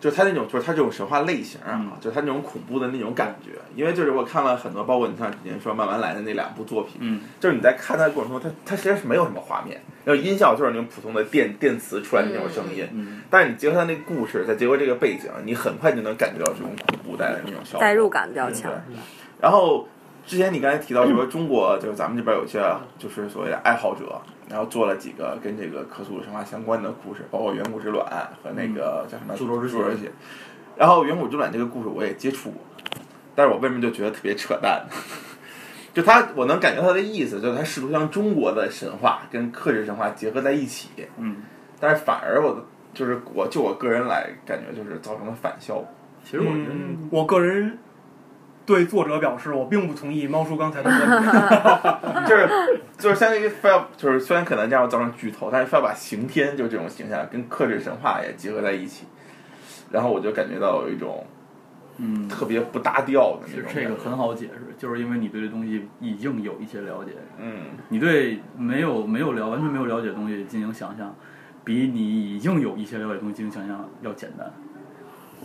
Speaker 9: 就是它那种就是它这种神话类型啊，
Speaker 3: 嗯
Speaker 9: 就是它那种恐怖的那种感觉。因为就是我看了很多，包括你像之前说慢慢来的那两部作品，
Speaker 3: 嗯，
Speaker 9: 就是你在看它的过程中，它它实际上是没有什么画面，然后音效就是那种普通的电电磁出来的那种声音，
Speaker 3: 嗯
Speaker 9: 但是你结合它那个故事，再结合这个背景，你很快就能感觉到这种恐怖带来的那种效果，
Speaker 11: 代入感比较强
Speaker 9: 对。然后之前你刚才提到
Speaker 3: 嗯
Speaker 9: 说中国就是咱们这边有些啊就是所谓的爱好者，然后做了几个跟这个克苏鲁神话相关的故事，包括《远古之卵》和那个叫什么《
Speaker 3: 嗯诅咒之血
Speaker 9: 血》。然后《远古之卵》这个故事我也接触过，但是我为什么就觉得特别扯淡？ 就他，我能感觉到他的意思，就是他试图将中国的神话跟克氏神话结合在一起，
Speaker 3: 嗯，
Speaker 9: 但是反而我就是我就我个人来感觉就是造成了反效果。
Speaker 3: 其实我觉得
Speaker 12: 嗯，我个人对作者表示，我并不同意猫叔刚才的 观点。
Speaker 9: 就是就是相当于非要就是虽然可能这样造成剧透，但是非要把刑天就这种形象跟克制神话也结合在一起，然后我就感觉到有一种
Speaker 3: 嗯，
Speaker 9: 特别不搭调的那
Speaker 3: 是
Speaker 9: 种感觉。
Speaker 3: 这个很好解释，就是因为你对这东西已经有一些了解，
Speaker 9: 嗯，
Speaker 3: 你对没有没有了完全没有了解的东西进行想象，比你已经有一些了解的东西进行想象要简单。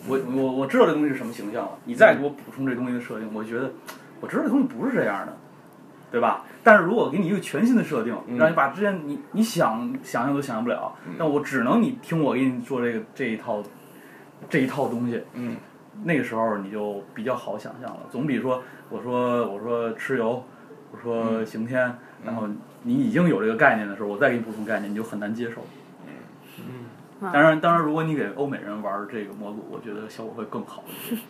Speaker 3: 我我我知道这东西是什么形象了，你再给我补充这东西的设定，我觉得我知道这东西不是这样的，对吧？但是如果给你一个全新的设定，
Speaker 9: 嗯
Speaker 3: 让你把之前你你想想象都想象不了，那我只能你听我给你说这个这一套这一套东西，
Speaker 9: 嗯，
Speaker 3: 那个时候你就比较好想象了，总比说我说我说蚩尤，我
Speaker 12: 嗯
Speaker 3: 说刑天，然后你已经有这个概念的时候，我再给你补充概念，你就很难接受。
Speaker 11: 嗯
Speaker 3: 当然，当然，如果你给欧美人玩这个模组，我觉得效果会更好一些。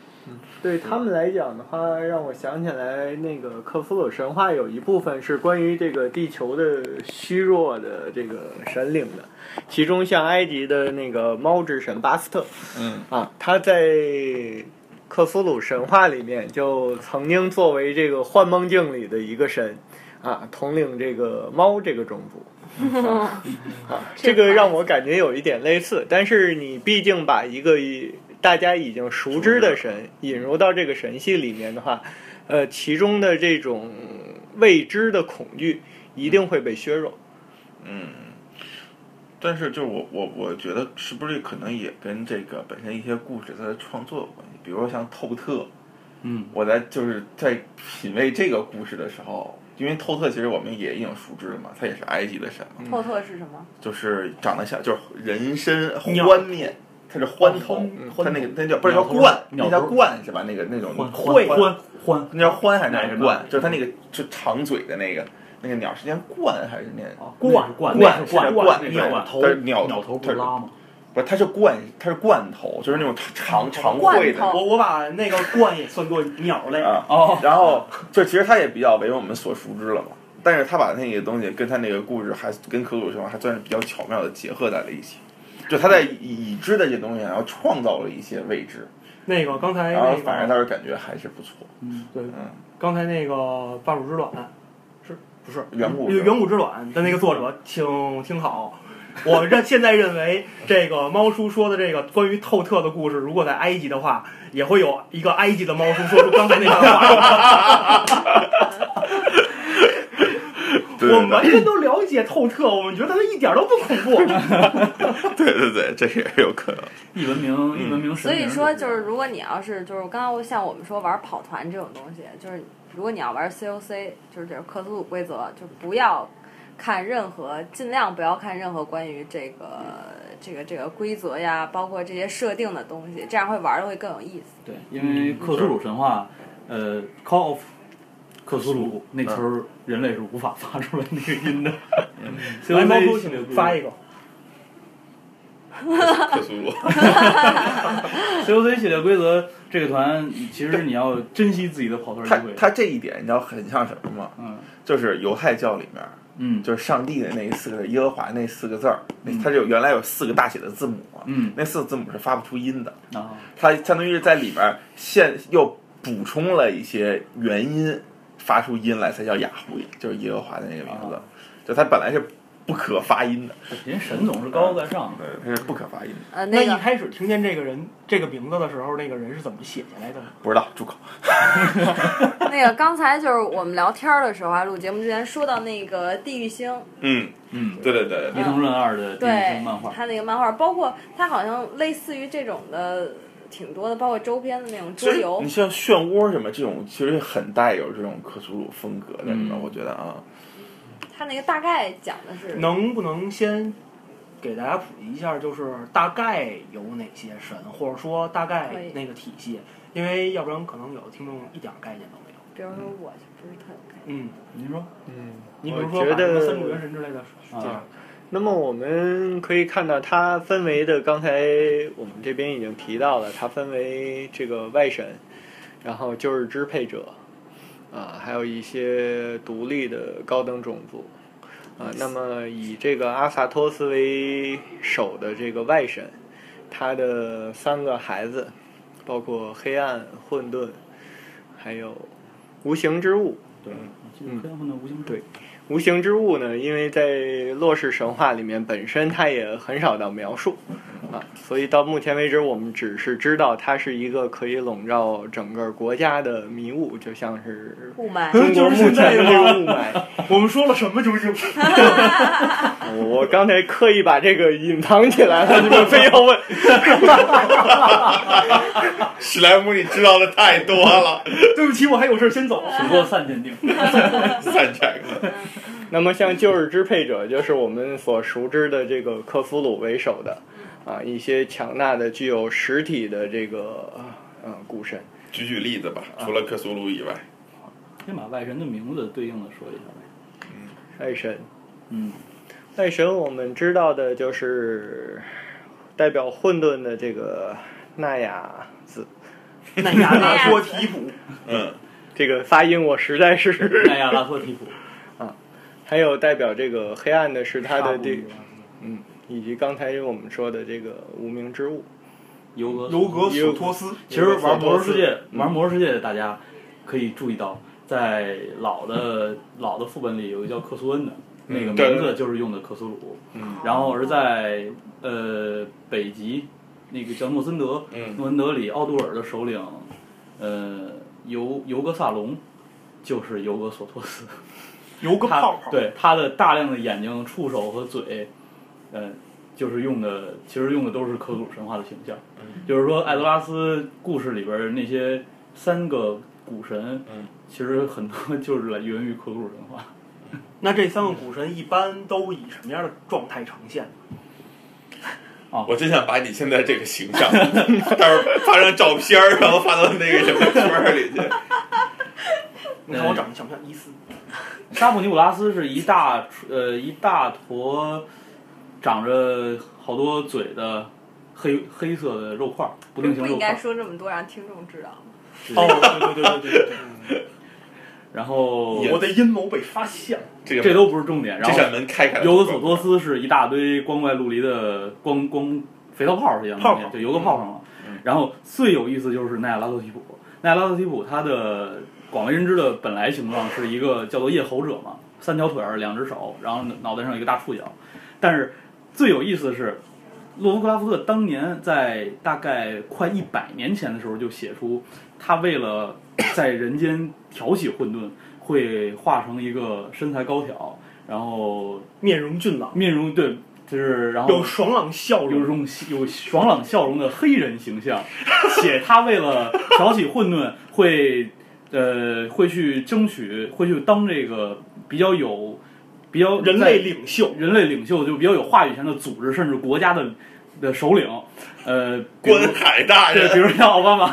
Speaker 2: 对他们来讲的话，让我想起来那个克夫鲁神话有一部分是关于这个地球的虚弱的这个神灵的，其中像埃及的那个猫之神巴斯特，
Speaker 9: 嗯
Speaker 2: 啊，他在克苏鲁神话里面就曾经作为这个幻梦境里的一个神。啊，统领这个猫这个种族，啊，这个让我感觉有一点类似，但是你毕竟把一个一大家已经熟知的神引入到这个神系里面的话，呃，其中的这种未知的恐惧一
Speaker 12: 嗯
Speaker 2: 定会被削弱。
Speaker 9: 嗯但是就我我我觉得是不是可能也跟这个本身一些故事它的创作有关系？比如说像透特，
Speaker 3: 嗯，
Speaker 9: 我在就是在品味这个故事的时候。因为透特其实我们也已经熟知了嘛，他也是埃及的神嘛，
Speaker 11: 透特是什么？
Speaker 9: 就是长得像，就是人参
Speaker 12: 鸟
Speaker 9: 獾面，它是獾头
Speaker 11: 哦
Speaker 12: 獾，
Speaker 9: 嗯
Speaker 12: 獾
Speaker 9: 它那个那叫不是叫
Speaker 3: 鸟头
Speaker 9: 冠，
Speaker 3: 鸟
Speaker 9: 那叫
Speaker 3: 头
Speaker 9: 冠是吧？那个那种
Speaker 3: 欢
Speaker 9: 会
Speaker 3: 欢欢
Speaker 9: 那叫獾还是那
Speaker 3: 哪个
Speaker 9: 叫
Speaker 3: 呢
Speaker 9: 冠？就是它那个就长嘴的那个那个鸟是念冠还是念？
Speaker 3: 哦
Speaker 12: 啊
Speaker 3: 冠冠
Speaker 9: 冠是
Speaker 3: 冠
Speaker 9: 冠
Speaker 3: 那
Speaker 9: 对
Speaker 3: 是鸟头
Speaker 9: 它是鸟
Speaker 3: 鸟头不
Speaker 9: 它是
Speaker 3: 拉吗？
Speaker 9: 不是，它是冠，它是冠头，就是那种长长
Speaker 11: 哦冠
Speaker 9: 喙的
Speaker 11: 头
Speaker 12: 我我把那个鹳也算作鸟类。
Speaker 9: 啊。
Speaker 3: 哦，
Speaker 9: 然后就其实它也比较为我们所熟知了嘛，但是他把那个东西跟他那个故事还跟科鲁神话还算是比较巧妙的结合在了一起，就他在已已知的这些东西，然后创造了一些未知。
Speaker 12: 那个刚才
Speaker 9: 然后
Speaker 12: 那
Speaker 9: 反正
Speaker 12: 个
Speaker 9: 倒是感觉还是不错，
Speaker 3: 嗯，
Speaker 12: 对，
Speaker 9: 嗯，
Speaker 12: 刚才那个《霸主之卵》是不是
Speaker 9: 远古
Speaker 12: 那个《远古之卵》的那个作者，请听好。我认现在认为，这个猫叔说的这个关于透特的故事，如果在埃及的话，也会有一个埃及的猫叔说出刚才那番话。
Speaker 9: 对
Speaker 12: 我
Speaker 9: 对
Speaker 12: 们完全都了解透特，我们觉得他一点都不恐怖。
Speaker 9: 对对对，这也有可能，
Speaker 3: 一文明
Speaker 12: 嗯
Speaker 3: 一文明神
Speaker 11: 所
Speaker 3: 明
Speaker 11: 以
Speaker 3: 这
Speaker 11: 说，
Speaker 3: 样
Speaker 11: 就是如果你要是就是刚刚我像我们说玩跑团这种东西，就是如果你要玩 COC，就是这种克苏鲁规则，就不要看任何，尽量不要看任何关于这个这个这个规则呀，包括这些设定的东西，这样会玩的会更有意思。
Speaker 3: 对，因为克苏鲁神话，呃，Call of 克苏鲁那
Speaker 12: 嗯
Speaker 3: 词儿人类是无法发出来那个音的。 所以
Speaker 12: 来，猫
Speaker 3: 那
Speaker 12: 叔，请发一个。
Speaker 9: 克苏鲁，
Speaker 3: COC 写的规则，这个团其实你要珍惜自己的跑团机
Speaker 9: 他
Speaker 3: 会。
Speaker 9: 他这一点你知道很像什么吗？
Speaker 3: 嗯
Speaker 9: 就是犹太教里面，
Speaker 3: 嗯
Speaker 9: 就是上帝的那四个字耶和华那四个字儿，那
Speaker 3: 嗯
Speaker 9: 它是有原来有四个大写的字母，
Speaker 3: 嗯
Speaker 9: 那四个字母是发不出音的，
Speaker 3: 啊，
Speaker 9: 它相当于是在里面现又补充了一些元音，发出音来才叫雅胡，就是耶和华的那个名字，
Speaker 3: 啊
Speaker 9: 就它本来是不可发音的，
Speaker 3: 人神总是高高在上的。
Speaker 9: 对，它是不可发音的，
Speaker 11: 呃，
Speaker 12: 那
Speaker 11: 那
Speaker 12: 一
Speaker 11: 个
Speaker 12: 开始听见这个人这个名字的时候，那个人是怎么写下来的？
Speaker 9: 不知道住口，
Speaker 11: 那个刚才就是我们聊天的时候啊，录节目之前说到那个地狱星，
Speaker 9: 嗯，
Speaker 3: 嗯，
Speaker 9: 对对对
Speaker 3: 伊藤润二的第一
Speaker 11: 对
Speaker 3: 篇漫画，
Speaker 11: 他那个漫画，包括他好像类似于这种的挺多的，包括周边的那种桌
Speaker 9: 所以
Speaker 11: 游
Speaker 9: 你。像漩涡什么这种，其实很带有这种克苏鲁风格的，
Speaker 3: 嗯
Speaker 9: 我觉得啊，
Speaker 11: 他那个大概讲的是，
Speaker 12: 能不能先给大家普及一下，就是大概有哪些神，或者说大概
Speaker 11: 可以
Speaker 12: 那个体系？因为要不然可能有的听众一点概念都没有。
Speaker 11: 比如说我就不是特有概念。
Speaker 12: 嗯，
Speaker 3: 您说
Speaker 2: 嗯，
Speaker 12: 你比
Speaker 2: 我
Speaker 12: 如说
Speaker 2: 觉
Speaker 12: 把什么
Speaker 2: 得
Speaker 12: 三柱元神之类的介绍
Speaker 3: 啊，
Speaker 2: 那么我们可以看到，它分为的，刚才我们这边已经提到了，它分为这个外神，然后就是支配者，啊，还有一些独立的高等种族，啊，那么以这个阿萨托斯为首的这个外神，他的三个孩子，包括黑暗、混沌，还有无形之物，
Speaker 3: 对，
Speaker 9: 嗯
Speaker 3: 就是黑暗的无形
Speaker 2: 对无形之物呢，因为在洛氏神话里面本身它也很少到描述啊，所以到目前为止，我们只是知道它是一个可以笼罩整个国家的迷雾，就像是
Speaker 11: 雾霾，
Speaker 2: 中国目前的这个雾霾。
Speaker 12: 我们说了什么究竟？
Speaker 2: 我刚才刻意把这个隐藏起来了，你们非要问，
Speaker 9: 史莱姆你知道的太多 了，
Speaker 12: 对不起，我还有事儿先走。
Speaker 3: 水落散见定。
Speaker 9: 散这个。
Speaker 2: 那么，像旧日支配者，就是我们所熟知的这个克苏鲁为首的，啊，一些强大的、具有实体的这个呃古神。
Speaker 9: 举举例子吧，除了克苏鲁以外，
Speaker 3: 先把外神的名字对应的说一下呗。
Speaker 2: 爱神，
Speaker 3: 嗯，
Speaker 2: 爱神我们知道的就是代表混沌的这个纳雅子，
Speaker 12: 那亚纳托提普，
Speaker 9: 嗯，
Speaker 2: 这个发音我实在是，
Speaker 12: 哎
Speaker 3: 奈亚拉托提普，
Speaker 2: 还有代表这个黑暗的是他
Speaker 3: 沙
Speaker 2: 的
Speaker 3: 布
Speaker 2: 这
Speaker 3: 女，王
Speaker 2: 嗯，以及刚才我们说的这个无名之物，
Speaker 3: 尤格
Speaker 12: 尤格索托斯，
Speaker 3: 其实玩《魔兽世界》
Speaker 2: 嗯
Speaker 3: 玩《魔兽世界》的大家可以注意到，在老的老的副本里有一个叫克苏恩的，那个
Speaker 9: 对
Speaker 3: 名字就是用的克苏鲁。
Speaker 9: 嗯
Speaker 3: 然后而在呃北极那个叫诺森德，
Speaker 9: 嗯
Speaker 3: 诺森德里奥杜尔的首领，呃尤尤格萨隆就是尤格索托斯。
Speaker 12: 游个
Speaker 3: 他
Speaker 12: 泡泡。，
Speaker 3: 对他的大量的眼睛、触手和嘴，呃，就是用的，其实用的都是克苏鲁神话的形象。
Speaker 9: 嗯
Speaker 3: 就是说，艾德拉斯故事里边儿那些三个古神，
Speaker 9: 嗯
Speaker 3: 其实很多就是来源于克苏鲁神话。
Speaker 12: 那这三个古神一般都以什么样的状态呈现？
Speaker 9: 我真想把你现在这个形象，待会儿发张照片儿，然后发到那个什么圈儿里去。
Speaker 12: 你看我长得像不像伊斯？
Speaker 3: 沙姆尼古拉斯是一大呃一大坨长着好多嘴的黑黑色的肉块儿，不定型
Speaker 11: 不
Speaker 3: 肉
Speaker 11: 应
Speaker 3: 块
Speaker 11: 该
Speaker 3: 儿。
Speaker 11: 说这么多，让听众知道。
Speaker 12: 哦，对对对对对对
Speaker 3: 然后
Speaker 9: 也
Speaker 12: 对，我的阴谋被发现了。
Speaker 9: 这个
Speaker 3: 这都不是重点。然
Speaker 9: 这
Speaker 3: 后
Speaker 9: 扇门开开了，
Speaker 3: 尤格索托斯是一大堆光怪陆离的光光肥皂泡儿一样的
Speaker 12: 泡
Speaker 3: 东
Speaker 12: 泡
Speaker 3: 西，就油个泡上了。
Speaker 9: 嗯
Speaker 3: 然后最有意思就是奈亚拉多提普，奈亚拉多提普他的广为人知的本来形状是一个叫做夜猴者嘛，三条腿儿，两只手，然后脑袋上有一个大触角。但是最有意思的是，洛夫克拉夫特当年在大概快一百年前的时候就写出，他为了在人间挑起混沌，会化成一个身材高挑，然后
Speaker 12: 面容俊朗，
Speaker 3: 面容对，就是然后
Speaker 12: 有爽朗笑
Speaker 3: 有
Speaker 12: 容，
Speaker 3: 种有爽朗笑容的黑人形象， 且他为了挑起混沌，会呃会去争取，会去当这个比较有比较
Speaker 12: 人
Speaker 3: 在
Speaker 12: 类领袖，
Speaker 3: 人类领袖，就比较有话语权的组织甚至国家的的首领，呃，比如
Speaker 9: 观海大
Speaker 3: 对，
Speaker 9: 人，
Speaker 3: 比如像奥巴马，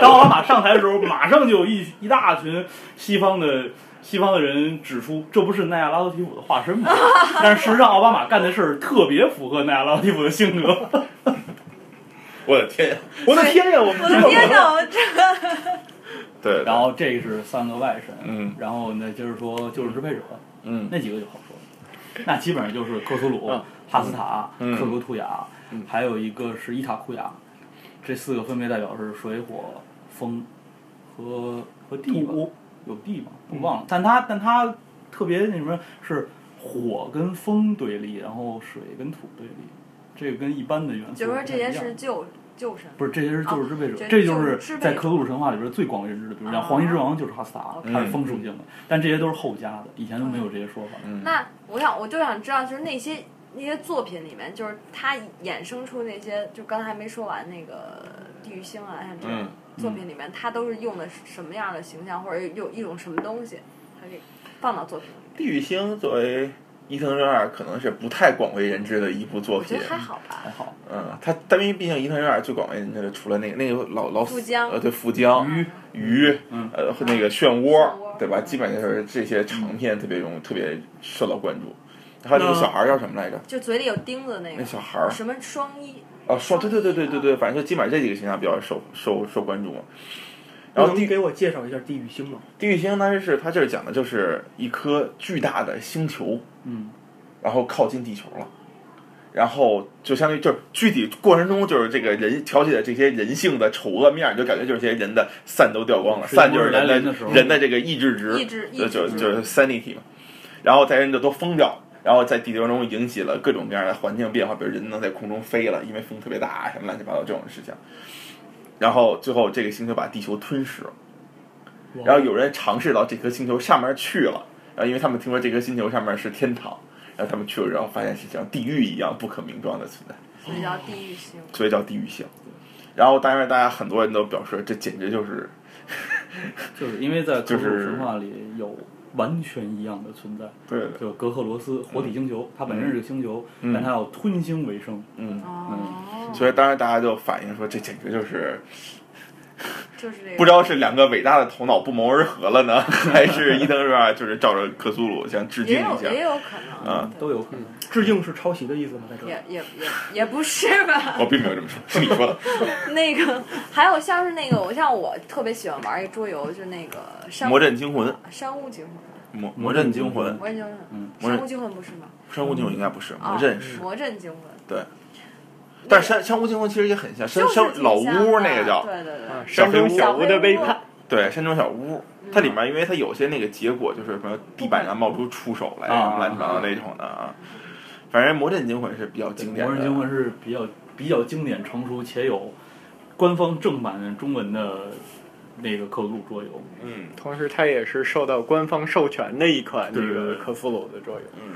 Speaker 3: 当奥巴马上台的时候，马上就有一一大群西方的西方的人指出，这不是奈亚拉多提普的化身吗？但是事实上，奥巴马干的事儿特别符合奈亚拉多提普的性格。
Speaker 9: 我的天呀！
Speaker 12: 我的天呀，我们
Speaker 11: 我的天哪，我这
Speaker 9: 对，
Speaker 3: 然后这个是三个外神，
Speaker 9: 嗯
Speaker 3: 然后呢就是说救世支配者，
Speaker 9: 嗯
Speaker 3: 那几个就好说了，那基本上就是克苏鲁
Speaker 2: 嗯、
Speaker 3: 帕斯塔、
Speaker 9: 嗯
Speaker 3: 克格图雅，还有一个是伊塔库雅，这四个分别代表是水、火、风和和地吧？有地吗？
Speaker 9: 嗯
Speaker 3: 我忘了。但它但它特别那什么是火跟风对立，然后水跟土对立，这个跟一般的元素
Speaker 11: 就是说
Speaker 3: 不太
Speaker 11: 这
Speaker 3: 一
Speaker 11: 些
Speaker 3: 样
Speaker 11: 是旧旧神，
Speaker 3: 不是，这些是救世支配者，
Speaker 11: 啊
Speaker 3: 这
Speaker 11: 这
Speaker 3: 就是
Speaker 11: 就是支配者哦
Speaker 3: 在克苏鲁神话里边最广为人知的，比如像黄金之王就是哈斯塔，
Speaker 11: OK
Speaker 3: 他
Speaker 9: 嗯
Speaker 3: 是风属性的，但这些都是后加的，以前都没有这些说法。
Speaker 9: 嗯
Speaker 11: 那我想我就想知道，就是那些那些作品里面，就是它衍生出那些，就刚才没说完那个地狱星啊，像这种
Speaker 9: 嗯
Speaker 11: 作品里面，它都是用的是什么样的形象，或者有一种什么东西，它给放到作品里面？
Speaker 9: 地狱星作为伊藤润二可能是不太广为人知的一部作
Speaker 11: 我觉
Speaker 9: 品
Speaker 11: 得，还好
Speaker 3: 还
Speaker 11: 吧。
Speaker 3: 好，
Speaker 9: 嗯，他但因为毕竟伊藤润二最广为人知的，除了那个那个老老
Speaker 11: 富江
Speaker 9: 呃对富江
Speaker 11: 鱼
Speaker 9: 鱼，
Speaker 3: 嗯
Speaker 9: 呃和那个漩
Speaker 11: 漩
Speaker 9: 涡
Speaker 11: 涡
Speaker 9: 对吧？基本上就是这些长片特别容特别受到关注。还有那个小孩儿叫什么来着？
Speaker 11: 就嘴里有钉子那
Speaker 9: 那
Speaker 11: 个，
Speaker 9: 小孩儿
Speaker 11: 什么双翼，
Speaker 9: 啊，双对对对对对对，反正就基本上这几个形象比较受受受关注嘛。然后
Speaker 12: 能
Speaker 9: 地
Speaker 12: 给我介绍一下地狱星吗？
Speaker 9: 地狱星当时是它这儿讲的就是一颗巨大的星球，
Speaker 3: 嗯，
Speaker 9: 然后靠近地球了，然后就相当于就是具体过程中就是这个人挑起的这些人性的丑恶面儿，你就感觉就是这些人的散都掉光了，
Speaker 3: 水波
Speaker 9: 散就是人
Speaker 3: 来
Speaker 9: 的
Speaker 3: 临的时候
Speaker 9: 人的这个意志值，
Speaker 11: 意志
Speaker 9: 就
Speaker 11: 意
Speaker 9: 就
Speaker 11: 志值
Speaker 9: 就是 sanity 嘛，然后在人就都疯掉了。然后在地球中引起了各种各样的环境变化，比如人能在空中飞了，因为风特别大，啊什么乱七八糟这种事情。然后最后这个星球把地球吞噬了，
Speaker 3: 嗯
Speaker 9: 然后有人尝试到这颗星球上面去了，然后因为他们听说这颗星球上面是天堂，然后他们去了，然后发现是像地狱一样不可名状的存在，
Speaker 11: 所以叫地狱星。
Speaker 9: 所以叫地狱星。然后当然，大家很多人都表示这简直就是
Speaker 3: 就是因为在克苏
Speaker 9: 就
Speaker 3: 鲁
Speaker 9: 是
Speaker 3: 神话里有完全一样的存在，
Speaker 9: 对的，
Speaker 3: 就格赫罗斯活体星球，它本身是个星球，
Speaker 9: 嗯
Speaker 3: 但它要吞星为生，
Speaker 9: 嗯。
Speaker 11: 哦，
Speaker 9: 所以当然大家就反映说，这简直就是
Speaker 11: 就是这个。
Speaker 9: 不知道是两个伟大的头脑不谋而合了呢，还是伊藤润二就是照着克苏鲁想致敬
Speaker 11: 也
Speaker 9: 一
Speaker 11: 有也
Speaker 9: 下。
Speaker 11: 有可能，
Speaker 9: 啊
Speaker 11: 对
Speaker 3: 都有可能。
Speaker 12: 致敬是抄袭的意思吗？在这儿
Speaker 11: 也也也也不是吧？
Speaker 9: 我并没有这么说，是你说 的。
Speaker 11: 那个还有像是那个，我像我特别喜欢玩一桌游，就是那个山
Speaker 9: 魔阵惊魂，
Speaker 11: 山屋惊魂，
Speaker 9: 魔魔阵惊魂，
Speaker 11: 魔阵惊
Speaker 3: 嗯
Speaker 9: 魔阵
Speaker 11: 魂，山屋惊魂不是吗？
Speaker 9: 山屋惊魂应该不是，
Speaker 11: 啊
Speaker 9: 魔阵是。
Speaker 11: 魔阵惊魂，
Speaker 9: 对。但是山山屋惊魂其实也很像，山
Speaker 11: 就是
Speaker 9: 山
Speaker 11: 挺
Speaker 9: 老
Speaker 11: 像的
Speaker 9: 屋那个叫
Speaker 11: 对对对，
Speaker 9: 小
Speaker 2: 山
Speaker 9: 黑屋
Speaker 2: 中小屋的背叛，
Speaker 9: 对山中小屋，它里面因为它有些那个结果就是什么地板上冒出触手来什么
Speaker 3: 啊
Speaker 9: 乱七八糟那种的啊。反正魔阵惊魂是比较经典
Speaker 3: 魔
Speaker 9: 的，
Speaker 3: 人惊魂是比较比较经典、成熟且有官方正版中文的那个克苏鲁桌游。
Speaker 9: 嗯
Speaker 2: 同时它也是受到官方授权的一款
Speaker 3: 对
Speaker 2: 那
Speaker 3: 对对
Speaker 2: 个科夫鲁的桌游。
Speaker 9: 嗯，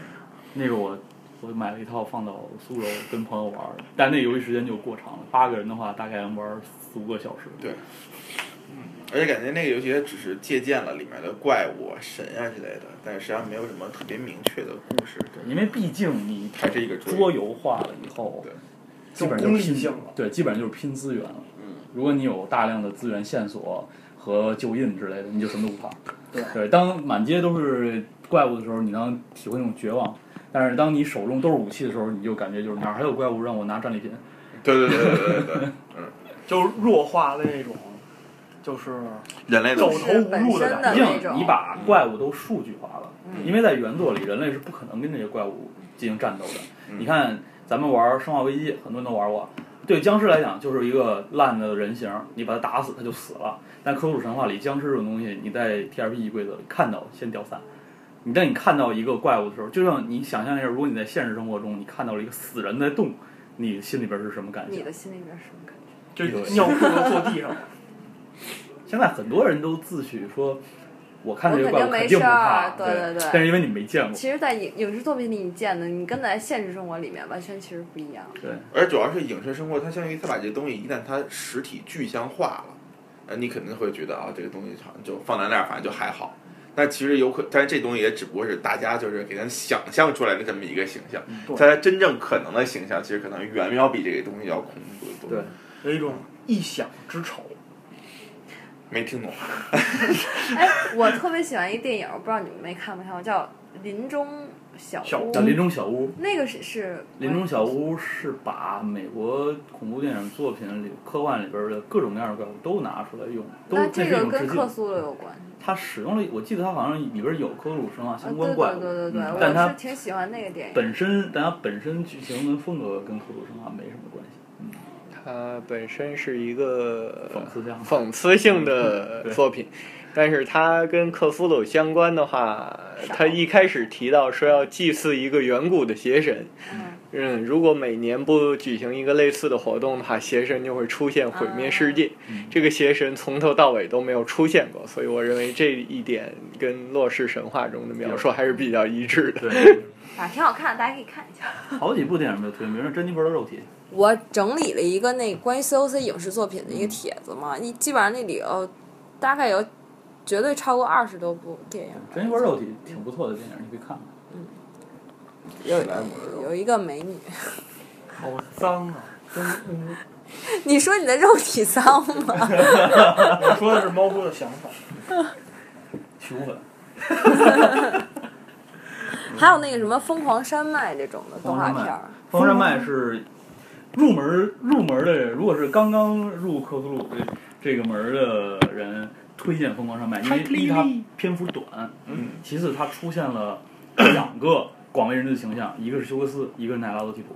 Speaker 3: 那个我我买了一套放到苏州跟朋友玩儿，但那游戏时间就过长了，八个人的话大概能玩儿四五个小时。
Speaker 9: 对而且感觉那个游戏它只是借鉴了里面的怪物、神啊之类的，但是实际上没有什么特别明确的故事。
Speaker 3: 对，因为毕竟你
Speaker 9: 还是一个
Speaker 3: 桌游化了以后，
Speaker 9: 对
Speaker 3: 基本上
Speaker 12: 功
Speaker 3: 就
Speaker 12: 利
Speaker 3: 是拼
Speaker 12: 性了
Speaker 3: 对，基本上就是拼资源了。
Speaker 9: 嗯，
Speaker 3: 如果你有大量的资源线索和旧印之类的，你就什么都不怕。对，当满街都是怪物的时候，你能体会那种绝望。但是当你手中都是武器的时候，你就感觉就是哪儿还有怪物让我拿战利品？
Speaker 9: 对对对对对对对，嗯，
Speaker 12: 就弱化了那种，就是
Speaker 9: 人类的
Speaker 12: 走
Speaker 9: 东西
Speaker 12: 投无路的
Speaker 3: 毕
Speaker 12: 感
Speaker 11: 是本
Speaker 12: 觉。
Speaker 11: 身的那
Speaker 3: 竟
Speaker 11: 种嗯
Speaker 3: 你把怪物都数据化了，因为在原作里人类是不
Speaker 11: 嗯
Speaker 3: 可能跟这些怪物进行战斗的。你看咱们玩《生化危机》，很多人都玩过，对僵尸来讲就是一个烂的人形，你把它打死它就死了。但科鲁神话里僵尸这种东西，你在 TRPG 规则里看到先掉散。你当你看到一个怪物的时候，就像你想象一下，如果你在现实生活中你看到了一个死人在动，你心里边是什么感
Speaker 11: 你
Speaker 3: 想
Speaker 11: 的？心里面是什么感觉？
Speaker 12: 就尿裤子坐地 上，
Speaker 3: 现在很多人都自诩说，我看这个
Speaker 11: 我
Speaker 3: 怪
Speaker 11: 肯定没
Speaker 3: 物肯定不
Speaker 11: 事儿
Speaker 3: 怕，
Speaker 11: 对对对
Speaker 3: 但是因为你没见过，
Speaker 11: 其实，在影影视作品里你见的，你跟在现实生活里面完全其实不一样。
Speaker 3: 对。
Speaker 9: 而主要是影视生活，它相当于它把这东西一旦它实体具象化了，呃，你肯定会觉得啊，这个东西好像就放在那儿，反正就还好。但其实有可，但是这东西也只不过是大家就是给它想象出来的这么一个形象，
Speaker 12: 对
Speaker 9: 它真正可能的形象，其实可能远远比这个东西要恐怖得多。
Speaker 3: 对，
Speaker 12: 有一种臆想之丑。
Speaker 9: 没听懂。啊
Speaker 11: 哎，我特别喜欢一电影，我不知道你们没看没看过，叫《林中小屋》。
Speaker 12: 小屋
Speaker 3: 叫林中
Speaker 11: 哦
Speaker 3: 小屋，
Speaker 11: 那个是是
Speaker 3: 《林中小屋》是把美国恐怖电影作品里、科幻里边的各种各样的怪物都拿出来用，都
Speaker 11: 那
Speaker 3: 这
Speaker 11: 这
Speaker 3: 是一
Speaker 11: 个
Speaker 3: 种
Speaker 11: 跟
Speaker 3: 致
Speaker 11: 克
Speaker 3: 敬。
Speaker 11: 苏鲁有关系。
Speaker 3: 他使用了，我记得他好像里边有科鲁神话
Speaker 11: 啊，
Speaker 3: 相
Speaker 11: 对
Speaker 3: 关
Speaker 11: 对
Speaker 3: 怪物，
Speaker 11: 对对对，
Speaker 3: 嗯但
Speaker 11: 我
Speaker 3: 它
Speaker 11: 是挺喜欢那个电影。
Speaker 3: 本身但它本身剧情跟风格跟科鲁神话没什么关系。嗯，
Speaker 2: 它本身是一个
Speaker 3: 讽刺性嗯
Speaker 2: 讽刺性的
Speaker 3: 对
Speaker 2: 作品，但是它跟克苏鲁相关的话，
Speaker 11: 少
Speaker 2: 它一开始提到说要祭祀一个远古的邪神，
Speaker 11: 嗯，
Speaker 2: 嗯，如果每年不举行一个类似的活动的话，邪神就会出现毁灭世界。
Speaker 3: 嗯
Speaker 2: 这个邪神从头到尾都没有出现过，所以我认为这一点跟洛氏神话中的描述还是比较一致的。
Speaker 3: 对，
Speaker 11: 反正挺好看的，大家可以看一下。
Speaker 3: 好几部电影都推，比如说《珍妮佛的肉体》，
Speaker 11: 我整理了一个那关于 COC 影视作品的
Speaker 3: 嗯
Speaker 11: 一个帖子嘛，你基本上那里有大概有绝对超过二十多部电影。
Speaker 3: 《珍妮佛肉体》挺不错的电影，你可以看看。
Speaker 11: 有
Speaker 9: 史莱姆的肉
Speaker 11: 有一个美女，
Speaker 12: 好脏 啊！真污！
Speaker 11: 你说你的肉体脏吗？
Speaker 12: 我说的是猫哥的想 法。
Speaker 3: 去污粉，
Speaker 11: 还有那个什么《疯狂山脉》这种的动画片儿，
Speaker 3: 《风山脉》是入门入门的人，如果是刚刚入克苏鲁这这个门儿的人，推荐《疯狂山脉》，因为第一它篇幅短，
Speaker 9: 嗯，
Speaker 3: 其次它出现了两个广为人知的形象，一个是休格斯，一个是奈拉多提普，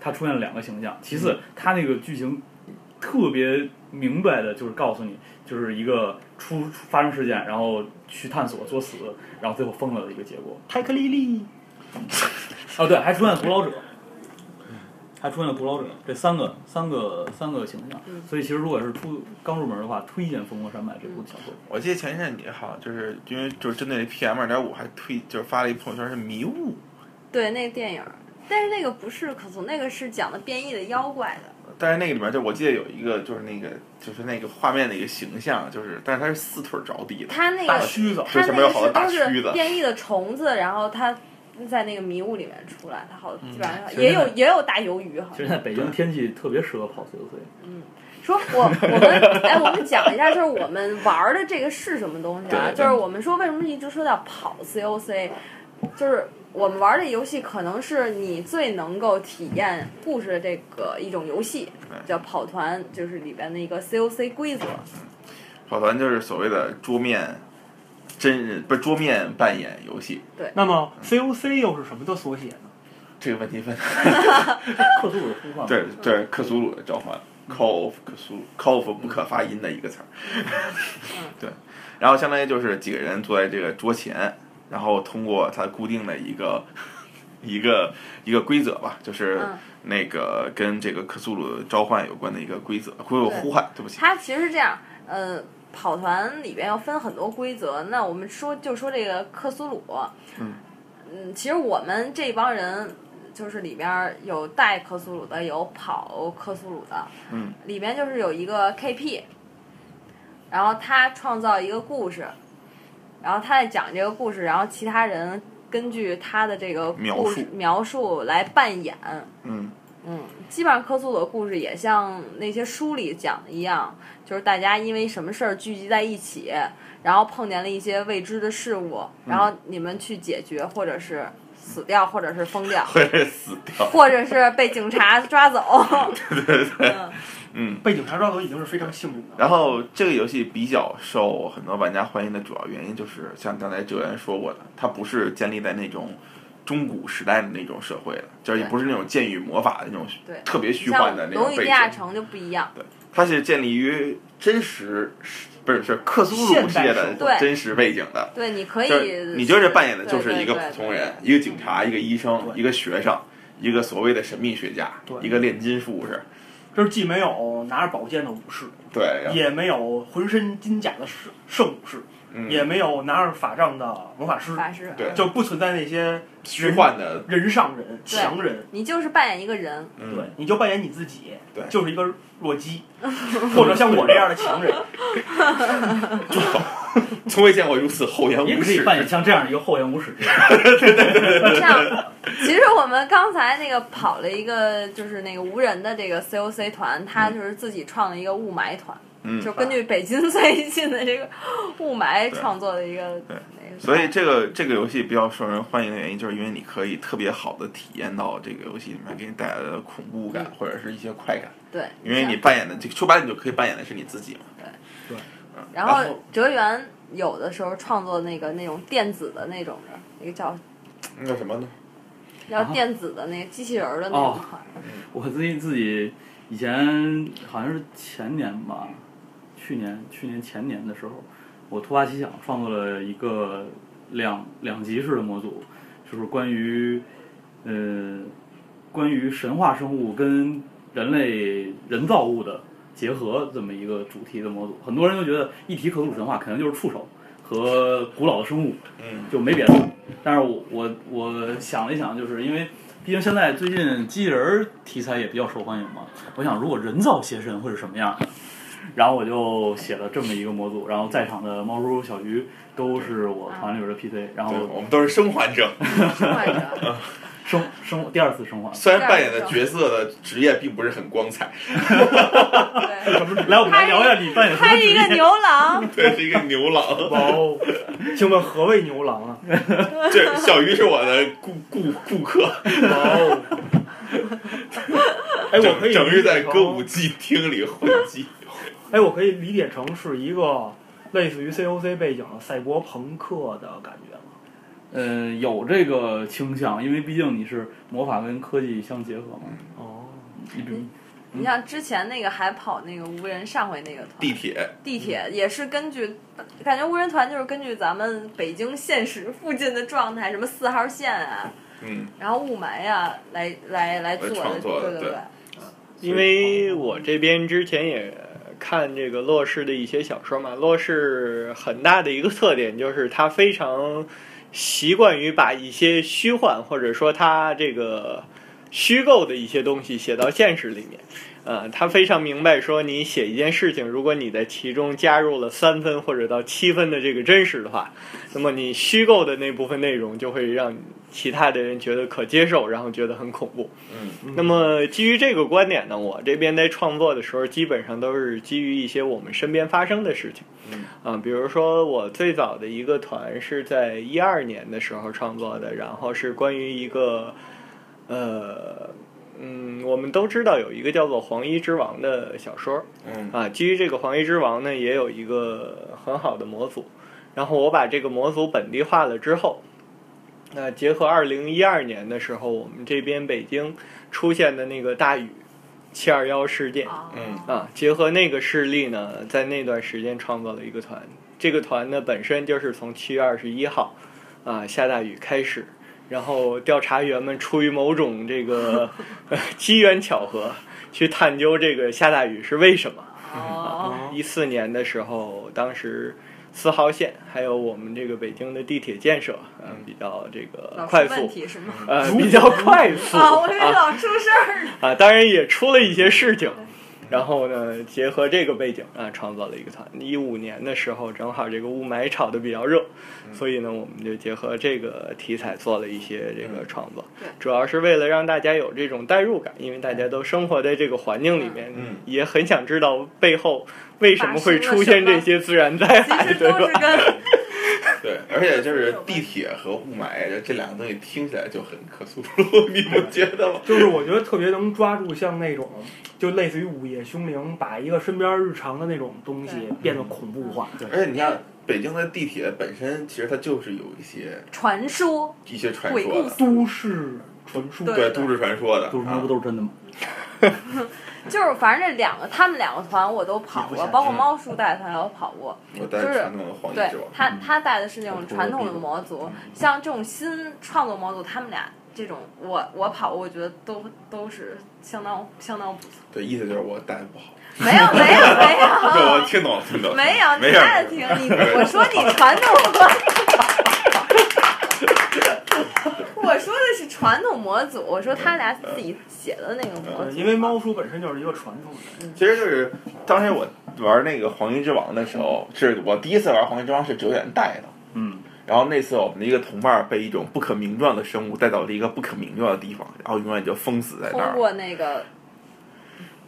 Speaker 3: 它出现了两个形象。其次，它那个剧情特别明白的，就是告诉你，就是一个出出发生事件，然后去探索作死，然后最后疯了的一个结果。
Speaker 12: 泰克利利，
Speaker 3: 哦，对，还出现了捕老者，还出现了捕老者，这三个三个三个形象。所以其实如果是初刚入门的话，推荐《疯狂山脉》这部小说。
Speaker 9: 我记得前一阵你好，就是因为就是针对 PM 二点五还推就是发了一朋友圈是迷雾，
Speaker 11: 对，那个电影儿，但是那个不是可颂，那个是讲的变异的妖怪的。
Speaker 9: 但是那个里面就我记得有一个就是那个就是那个画面的一个形象，就是但是它是四腿着地的，
Speaker 11: 它那
Speaker 12: 大
Speaker 11: 个
Speaker 12: 须子，
Speaker 11: 它
Speaker 9: 为什
Speaker 11: 那
Speaker 9: 么有
Speaker 11: 个
Speaker 9: 好多
Speaker 11: 是
Speaker 9: 大
Speaker 11: 都
Speaker 9: 须
Speaker 11: 是
Speaker 9: 子？
Speaker 11: 变异的虫子，然后它在那个迷雾里面出来，它好基本上
Speaker 3: 嗯其实
Speaker 11: 也有
Speaker 3: 那
Speaker 11: 也有大鱿鱼，好
Speaker 3: 其实
Speaker 11: 像。
Speaker 3: 现在北京天气特别适合跑 COC，
Speaker 11: 说我我们哎，我们讲一下，就是我们玩儿的这个是什么东西啊？
Speaker 9: 对
Speaker 11: 就是我们说为什么一直说到跑 COC，就是我们玩儿的游戏可能是你最能够体验故事的这个一种游戏，叫跑团，就是里边的一个 COC 规则。
Speaker 9: 跑团就是所谓的桌面真人不是桌面扮演游戏，
Speaker 12: 那么 COC 又是什么的缩写呢？
Speaker 9: 这个问题问嗯
Speaker 3: 克苏鲁呼唤。
Speaker 9: 对，这是克苏鲁的召唤，Call of 克苏 Call of 不可发音的一个词儿。
Speaker 11: 嗯
Speaker 9: 对，然后相当于就是几个人坐在这个桌前，然后通过它固定的一个一个一个规则吧，就是
Speaker 11: 嗯
Speaker 9: 那个跟这个克苏鲁召唤有关的一个规则，或者
Speaker 11: 对
Speaker 9: 呼唤，对不起，
Speaker 11: 它其实是这样，呃，跑团里边要分很多规则。那我们说就说这个克苏鲁，
Speaker 9: 嗯
Speaker 11: 嗯其实我们这帮人就是里边有带克苏鲁的，有跑克苏鲁的，
Speaker 9: 嗯，
Speaker 11: 里边就是有一个 KP，然后他创造一个故事，然后他在讲这个故事，然后其他人根据他的这个故
Speaker 9: 描
Speaker 11: 事
Speaker 9: 述
Speaker 11: 描述来扮演，
Speaker 9: 嗯，
Speaker 11: 嗯，基本上科苏鲁的故事也像那些书里讲的一样，就是大家因为什么事儿聚集在一起，然后碰见了一些未知的事物，
Speaker 9: 嗯
Speaker 11: 然后你们去解决，或者是死掉，或者是疯 掉，
Speaker 9: 或者死掉，
Speaker 11: 或者是被警察抓走。
Speaker 9: 嗯。
Speaker 12: 被警察抓走已经是非常幸运的。
Speaker 9: 然后这个游戏比较受很多玩家欢迎的主要原因就是像刚才哲源说过的，它不是建立在那种中古时代的那种社会了，就是也
Speaker 11: 对
Speaker 9: 不是那种剑与魔法的那种
Speaker 11: 对
Speaker 9: 特别虚幻
Speaker 11: 像
Speaker 9: 的那
Speaker 11: 龙
Speaker 9: 种
Speaker 11: 与
Speaker 9: 背
Speaker 11: 地下
Speaker 9: 景。
Speaker 11: 城就不一样，
Speaker 9: 对，它是建立于真实，不是是克苏鲁世界的
Speaker 11: 现代社会
Speaker 9: 真实背景的。
Speaker 11: 对，你可以
Speaker 9: 就是你就是扮演的就是一个
Speaker 11: 对对对
Speaker 9: 普通人，一个警察，一个医生，一个学生，一个所谓的神秘学家，
Speaker 12: 对
Speaker 9: 一个炼金术士，
Speaker 12: 就是既没有拿着宝剑的武士，
Speaker 9: 对，
Speaker 3: 哎
Speaker 9: 然后
Speaker 12: 也没有浑身金甲的圣圣武士，
Speaker 9: 嗯
Speaker 12: 也没有拿着法杖的魔法师，
Speaker 11: 法师，
Speaker 9: 对
Speaker 12: 就不存在那些
Speaker 9: 虚幻的
Speaker 12: 人上人、
Speaker 11: 对
Speaker 12: 强人。
Speaker 11: 你就是扮演一个 人，
Speaker 9: 嗯
Speaker 12: 对，你就扮演你自己，
Speaker 9: 对
Speaker 12: 就是一个弱鸡， 或者像我这样的 强人，
Speaker 9: 从未见过如此厚颜
Speaker 3: 也
Speaker 9: 无
Speaker 3: 可以
Speaker 9: 耻。
Speaker 3: 扮演像这样一个厚颜无耻之人。
Speaker 11: 像，其实我们刚才那个跑了一个就是那个无人的这个 COC 团，他就是自己创了一个雾霾团，
Speaker 9: 嗯
Speaker 11: 就根据北京 最近的这个雾霾创作的一个
Speaker 9: 对
Speaker 11: 那个。
Speaker 9: 所以这个这个游戏比较受人欢迎的原因，就是因为你可以特别好的体验到这个游戏里面给你带来的恐怖感或者是一些快感，
Speaker 11: 对，
Speaker 9: 因为你扮演的这个说白了你就可以扮演的是你自己嘛。
Speaker 12: 对对
Speaker 9: 嗯。
Speaker 11: 然
Speaker 9: 后
Speaker 11: 后哲源有的时候创作那个那种电子的那种的，那个叫
Speaker 9: 那叫什么呢？
Speaker 11: 叫电子的那个机器人儿的那
Speaker 3: 哦
Speaker 11: 种款，
Speaker 3: 我自己自己以前好像是前年吧，去年去年前年的时候，我突发奇想创作了一个两两集式的模组，就是关于呃关于神话生物跟人类人造物的结合这么一个主题的模组。很多人都觉得一提可鲁神话，肯定就是触手和古老的生物，
Speaker 9: 嗯，
Speaker 3: 就没别的。但是我我我想了一想，就是因为毕竟现在最近机器人儿题材也比较受欢迎嘛，我想如果人造邪神会是什么样的？然后我就写了这么一个模组，然后在场的猫叔、小鱼都是我团里边的 PC，然后
Speaker 9: 对，我们都是生还者，
Speaker 11: 生化 者。
Speaker 3: 生生第二次生还，
Speaker 9: 虽然扮演的角色的职业并不是很光彩，
Speaker 11: 对，
Speaker 3: 来我们来聊一下你扮演什
Speaker 11: 他
Speaker 3: 么
Speaker 11: 是一个
Speaker 9: 嗯
Speaker 3: 职业？
Speaker 11: 牛郎，
Speaker 9: 对，是一个牛郎。
Speaker 12: 哇哦！请问何谓牛郎啊？
Speaker 9: 这小鱼是我的顾顾顾客，
Speaker 12: 哇哦！ 哎，我
Speaker 9: 整
Speaker 12: 可以
Speaker 9: 整日在
Speaker 12: 理解成
Speaker 9: 歌舞伎厅里混迹。
Speaker 12: 哎，我可以理解成是一个类似于 COC 背景的赛博朋克的感觉吗？
Speaker 3: 呃，有这个倾向，因为毕竟你是魔法跟科技相结合嘛。
Speaker 12: 哦，
Speaker 3: 你比如
Speaker 11: 你像之前那个还跑那个无人上回那个团，
Speaker 9: 地铁，
Speaker 11: 地铁也是根据，感觉无人团就是根据咱们北京现实附近的状态，什么四号线啊，
Speaker 9: 嗯，
Speaker 11: 然后雾霾啊，来来来做
Speaker 9: 来创作的
Speaker 11: 对
Speaker 9: 对
Speaker 11: 对，
Speaker 2: 因为我这边之前也看这个洛氏的一些小说嘛，洛氏很大的一个特点就是他非常习惯于把一些虚幻或者说他这个虚构的一些东西写到现实里面。呃，他非常明白说，你写一件事情，如果你在其中加入了三分或者到七分的这个真实的话，那么你虚构的那部分内容就会让其他的人觉得可接受，然后觉得很恐怖。那么基于这个观点呢，我这边在创作的时候，基本上都是基于一些我们身边发生的事情。
Speaker 9: 嗯
Speaker 2: 啊、比如说我最早的一个团是在一二年的时候创作的，然后是关于一个，呃，嗯，我们都知道有一个叫做《黄衣之王》的小说，
Speaker 9: 嗯
Speaker 2: 啊，基于这个《黄衣之王》呢，也有一个很好的模组，然后我把这个模组本地化了之后，那、结合二零一二年的时候，我们这边北京出现的那个大雨七二幺事件
Speaker 11: 啊，
Speaker 9: 嗯
Speaker 2: 啊，结合那个事例呢，在那段时间创造了一个团。这个团呢本身就是从七月二十一号啊下大雨开始，然后调查员们出于某种这个 呃机缘巧合去探究这个下大雨是为什么。
Speaker 11: 哦，
Speaker 2: 一四年的时候，当时四号线还有我们这个北京的地铁建设，嗯、比较这个
Speaker 11: 老
Speaker 2: 嗯
Speaker 11: 出
Speaker 2: 快
Speaker 11: 问
Speaker 2: 速，
Speaker 11: 题是吗？
Speaker 2: 呃，比较快速
Speaker 11: 啊，我以为
Speaker 2: 啊
Speaker 11: 老出事儿 了，
Speaker 2: 啊，当然也出了一些事情。然后呢，结合这个背景啊，创造了一个团。一五年的时候，正好这个雾霾炒得比较热，所以呢，我们就结合这个题材做了一些这个创作
Speaker 11: 嗯对，
Speaker 2: 主要是为了让大家有这种代入感，因为大家都生活在这个环境里面，
Speaker 9: 嗯
Speaker 2: 也很想知道背后为什么会出现这些自然灾害，
Speaker 11: 其实
Speaker 2: 哎对
Speaker 11: 都是
Speaker 2: 吧？
Speaker 11: 跟
Speaker 9: 对，而且就是地铁和雾霾这两个东西听起来 就很克苏鲁，你不觉得吗？
Speaker 12: 就是我觉得特别能抓住像那种，就类似于午夜凶铃，把一个身边日常的那种东西
Speaker 11: 对
Speaker 12: 变得恐怖化。对
Speaker 9: 而且你看北京的地铁本身，其实它就是有一些
Speaker 11: 传说，
Speaker 9: 一些传
Speaker 11: 鬼
Speaker 9: 说
Speaker 11: 故
Speaker 9: 的
Speaker 11: 事，
Speaker 12: 都市传说，
Speaker 9: 对都市传说的，
Speaker 3: 都是
Speaker 9: 啊
Speaker 3: 不都是真的吗？
Speaker 11: 就是反正这两个他们两个团我都跑过，
Speaker 2: 嗯
Speaker 11: 包括猫叔带的团我都跑过。
Speaker 9: 我带传统的
Speaker 2: 哦
Speaker 9: 黄
Speaker 11: 对
Speaker 9: 衣之王，
Speaker 11: 他
Speaker 2: 嗯
Speaker 11: 他带的是那种传统的模组，像这种新创作模组，他们俩这种我我跑过，我觉得都都是相当相当不错。
Speaker 9: 对，意思就是我带不好，
Speaker 11: 没有没有没
Speaker 9: 对， 我
Speaker 11: 有
Speaker 9: 听懂了，听 懂了，
Speaker 11: 啊没有，
Speaker 9: 没
Speaker 11: 你
Speaker 9: 事
Speaker 11: 带的
Speaker 9: 儿，
Speaker 11: 挺你我说你传统 模我说的是传统模组，我说他俩自己写的那个模
Speaker 12: 呃
Speaker 11: 组，
Speaker 12: 因为猫叔本身就是一个传统人，
Speaker 9: 其实就是当时我玩那个黄衣之王的时候，是我第一次玩黄衣之王是九点带的。
Speaker 3: 嗯，
Speaker 9: 然后那次我们的一个同伴儿被一种不可名状的生物带到了一个不可名状的地方，然后永远就封死在那
Speaker 11: 通
Speaker 9: 儿，
Speaker 11: 过那个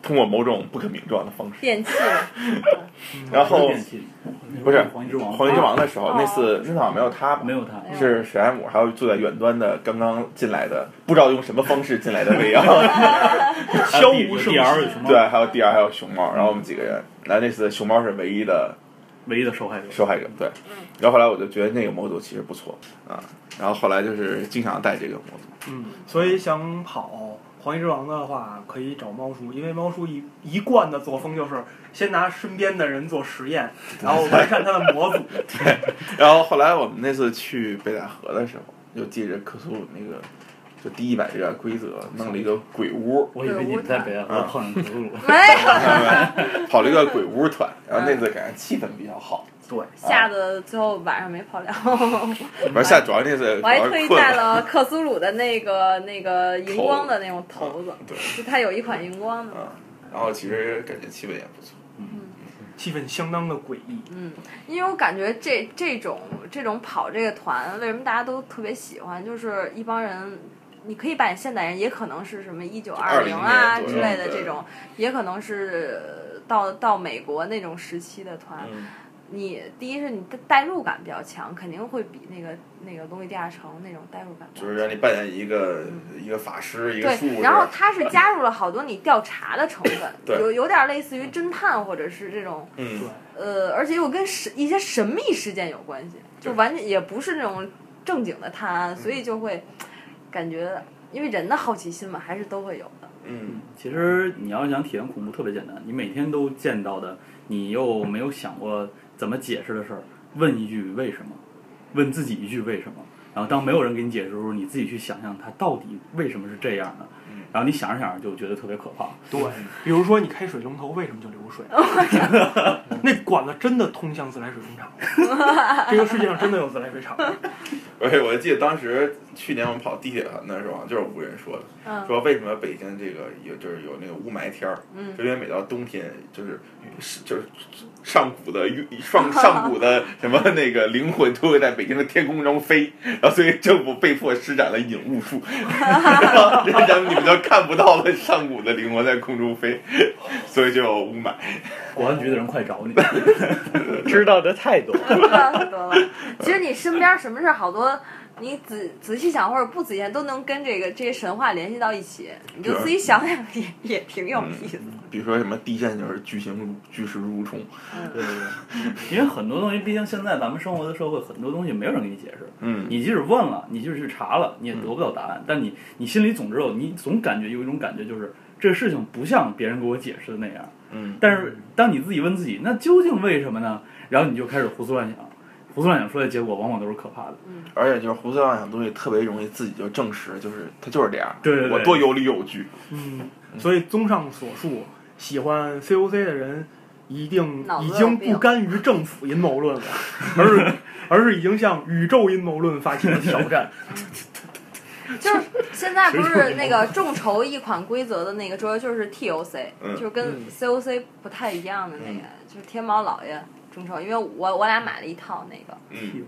Speaker 9: 通过某种不可名状的方式。
Speaker 11: 电器，
Speaker 3: 嗯
Speaker 9: 然后不是
Speaker 3: 黄衣之王，
Speaker 9: 黄衣之王的时候，
Speaker 11: 哦
Speaker 9: 那次那次好像没有他吧
Speaker 3: 没？有他，
Speaker 9: 是史莱姆，还有坐在远端的刚刚进来的，不知道用什么方式进来的未央，
Speaker 3: 消无胜 D R 有熊猫，
Speaker 9: 对，，还有第二还有熊猫，然后我们几个人，然后那次熊猫是唯一的
Speaker 3: 唯一的受害者。
Speaker 9: 受害者，对。然后后来我就觉得那个模组其实不错啊，然后后来就是经常带这个模组，
Speaker 12: 嗯，所以想跑黄衣之王的话，可以找猫叔，因为猫叔一一贯的作风就是先拿身边的人做实验，然后完善他的模组。
Speaker 9: 然后后来我们那次去北戴河的时候，就记着克苏鲁那个就第一百这个规则，弄了一个鬼屋，
Speaker 3: 我以为你们在北戴河碰上克苏鲁，
Speaker 11: 没有
Speaker 9: 跑了一个鬼屋团，然后那次感觉气氛比较好，
Speaker 12: 对，
Speaker 11: 吓得最后晚上没跑 了。
Speaker 9: 完下主要那次主
Speaker 11: 我还
Speaker 9: 要
Speaker 11: 特
Speaker 9: 是
Speaker 11: 意
Speaker 9: 困
Speaker 11: 带
Speaker 9: 了，
Speaker 11: 了克苏鲁的那个那个荧光的那种头子，
Speaker 9: 对，
Speaker 11: 就它有一款荧光的嘛。
Speaker 9: 啊，然后其实感觉气氛也不错，
Speaker 12: 气氛相当的诡异。
Speaker 11: 嗯，因为我感觉这这种这种跑这个团，为什么大家都特别喜欢？就是一帮人，你可以把你现代人，也可能是什么一九二零
Speaker 9: 20
Speaker 11: 啊
Speaker 9: 年左右
Speaker 11: 之类的
Speaker 9: 对
Speaker 11: 这种，也可能是呃到到美国那种时期的团。
Speaker 9: 嗯
Speaker 11: 你第一是你的代入感比较强，肯定会比那个那个《龙与地下城》那种代入感比
Speaker 9: 就
Speaker 11: 较强。
Speaker 9: 是让你扮演一个一个法师，一个术
Speaker 11: 对，
Speaker 9: 士，
Speaker 11: 然后它是加入了好多你调查的成
Speaker 9: 对
Speaker 11: 分，有有点类似于侦探或者是这种，
Speaker 9: 嗯，
Speaker 11: 呃，而且又跟神一些神秘事件有关系，就
Speaker 9: 对嗯
Speaker 11: 完全也不是那种正经的探案，所以就会感觉，因为人的好奇心嘛，还是都会有的。
Speaker 9: 嗯，
Speaker 3: 其实你要想体验恐怖特别简单，你每天都见到的，你又没有想过怎么解释的事儿，问一句为什么，问自己一句为什么，然后当没有人给你解释的时候，你自己去想象它到底为什么是这样的，然后你想着想着就觉得特别可怕。
Speaker 12: 对，
Speaker 9: 嗯
Speaker 12: 比如说你开水龙头为什么就流 水？那管子真的通向自来水工厂， 这个世界上真的有自来水厂。
Speaker 9: 而且我记得当时去年我们跑地铁团的时候，就是无人说的，
Speaker 11: 嗯
Speaker 9: 说为什么北京这个有就是有那个雾霾天儿，
Speaker 11: 嗯
Speaker 9: 就因为每到冬天就是是就是上古的上上古的什么那个灵魂都会在北京的天空中飞，然后所以政府被迫施展了引雾术，然后然后你们就看不到了上古的灵魂在空中飞，所以就有雾霾。
Speaker 3: 国安局的人快找你，
Speaker 2: 知道的太多。
Speaker 11: 知道嗯 太多了。其实你身边什么事儿好多，你仔仔细想或者不仔细想，都能跟这个这些神话联系到一起，你就
Speaker 9: 对嗯
Speaker 11: 自己想想也也挺有意思的。
Speaker 9: 比如说什么地震就是巨型如巨石蠕虫，
Speaker 3: 对对 对，因为很多东西，毕竟现在咱们生活的社会，很多东西没有人给你解释。嗯
Speaker 9: 嗯
Speaker 3: 你即使问了，你即使去查了，你也得不到答案。但你你心里总知道，你总感觉有一种感觉，就是这个事情不像别人给我解释的那样。
Speaker 9: 嗯，
Speaker 3: 但是当你自己问自己，那究竟为什么呢？然后你就开始胡思乱想，胡思乱想出来的结果往往都是可怕的。
Speaker 11: 嗯
Speaker 9: 而且就是胡思乱想的东西特别容易自己就证实，就是它就是这样。
Speaker 3: 对对对
Speaker 9: 我多有理有据。
Speaker 12: 嗯，所以综上所述，喜欢 COC 的人一定
Speaker 11: 脑子
Speaker 12: 已
Speaker 11: 有
Speaker 12: 经
Speaker 11: 病
Speaker 12: 不甘于政府阴谋论了， 而是而是已经向宇宙阴谋论发起了挑战。
Speaker 11: 就是现在不是那个众筹一款规则的那个桌游，就是 TOC，、
Speaker 9: 嗯
Speaker 11: 就是跟 COC 不太一样的那个，就是天猫老爷众筹，因为我我俩买了一套那个，
Speaker 9: 嗯，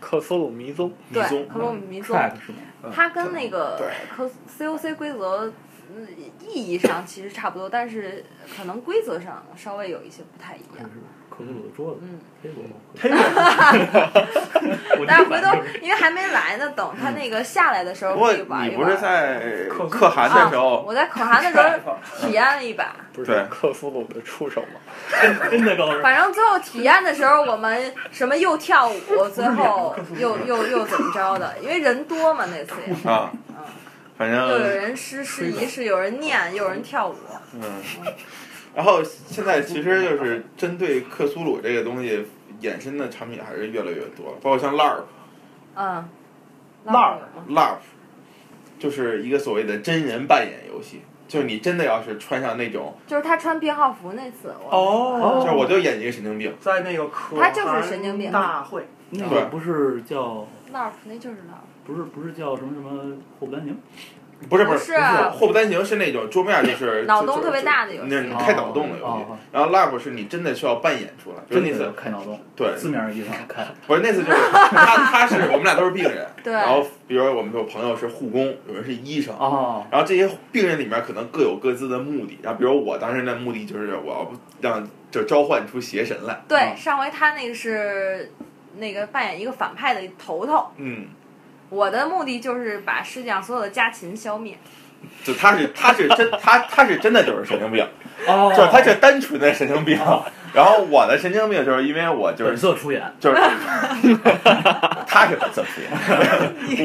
Speaker 2: 克苏鲁迷踪，
Speaker 9: 迷踪
Speaker 11: 对，
Speaker 3: 嗯
Speaker 11: 克鲁姆迷踪，
Speaker 3: Track 是吗？
Speaker 11: 它跟那个
Speaker 9: 对
Speaker 11: 科 COC 规则嗯意义上其实差不多，但是可能规则上稍微有一些不太一
Speaker 12: 看
Speaker 11: 样。
Speaker 12: 是克苏鲁的桌子，
Speaker 11: 嗯，
Speaker 12: 黑罗
Speaker 9: 嘿我
Speaker 11: 但是回头因为还没来呢，等他那个下来的时候
Speaker 9: 不过
Speaker 11: 可以玩
Speaker 9: 你
Speaker 11: 一
Speaker 9: 不是
Speaker 11: 玩。嗯
Speaker 3: 嗯
Speaker 9: 在
Speaker 12: 克苏鲁
Speaker 9: 可汗的时
Speaker 11: 啊，
Speaker 9: 候，
Speaker 11: 我在可汗的时候体验了一把，
Speaker 2: 不
Speaker 9: 对
Speaker 2: 是克苏鲁的触手吗？
Speaker 12: 真的高人，
Speaker 11: 反正最后体验的时候，我们什么又跳 舞，最后又又又怎么着的？因为人多嘛那次也，
Speaker 9: 啊，
Speaker 11: 嗯，
Speaker 9: 反
Speaker 11: 又有
Speaker 9: 正
Speaker 11: 人诗诗仪式，有人念，又有人跳舞。
Speaker 9: 嗯， 然后现在其实就是针对克苏鲁这个东西衍生的产品还是越来越多，包括像 LARP，LARP
Speaker 11: 嗯，
Speaker 12: 那儿
Speaker 9: 就是一个所谓的真人扮演游戏，就是你真的要是穿上那种，
Speaker 11: 就是他穿编号服那次，我
Speaker 9: 就
Speaker 12: 哦
Speaker 9: 是我就演一个神经病，
Speaker 12: 在那个可
Speaker 11: 他就是神经病
Speaker 12: 汗大会，
Speaker 3: 哦那
Speaker 9: 对
Speaker 3: 个不是叫
Speaker 11: 那儿那就是那儿。
Speaker 3: 不是不是叫什么什么霍布丹宁？
Speaker 9: 不是不
Speaker 11: 不
Speaker 9: 是
Speaker 11: 是啊
Speaker 9: 霍布丹行是那种桌面就是
Speaker 11: 脑洞
Speaker 9: 就就
Speaker 11: 特别大的游戏
Speaker 9: 那种开脑洞的游
Speaker 3: 哦
Speaker 9: 戏
Speaker 3: 哦，
Speaker 9: 然后 LARP 是你真的需要扮演出来，就是那
Speaker 3: 真的
Speaker 9: 次
Speaker 3: 有开脑洞，
Speaker 9: 对
Speaker 3: 字面意义上的开。
Speaker 9: 不是那次就是他他是我们俩都是病人，
Speaker 11: 对
Speaker 9: 然后比如说我们有朋友是护工，有人是医生。
Speaker 3: 哦，
Speaker 9: 然后这些病人里面可能各有各自的目的，然后比如我当时的目的就是我要让就召唤出邪神来，
Speaker 11: 对，
Speaker 12: 哦
Speaker 3: 嗯
Speaker 11: 上回他那个是那个扮演一个反派的头头，
Speaker 9: 嗯，
Speaker 11: 我的目的就是把世界上所有的家禽消灭。
Speaker 9: 就他是他是真 他他是真的就是神经病，
Speaker 3: 哦，
Speaker 9: 就是他是单纯的神经病，然后我的神经病就是因为我就
Speaker 3: 本
Speaker 9: 是
Speaker 3: 色出演，
Speaker 9: 就是 他是本色出演，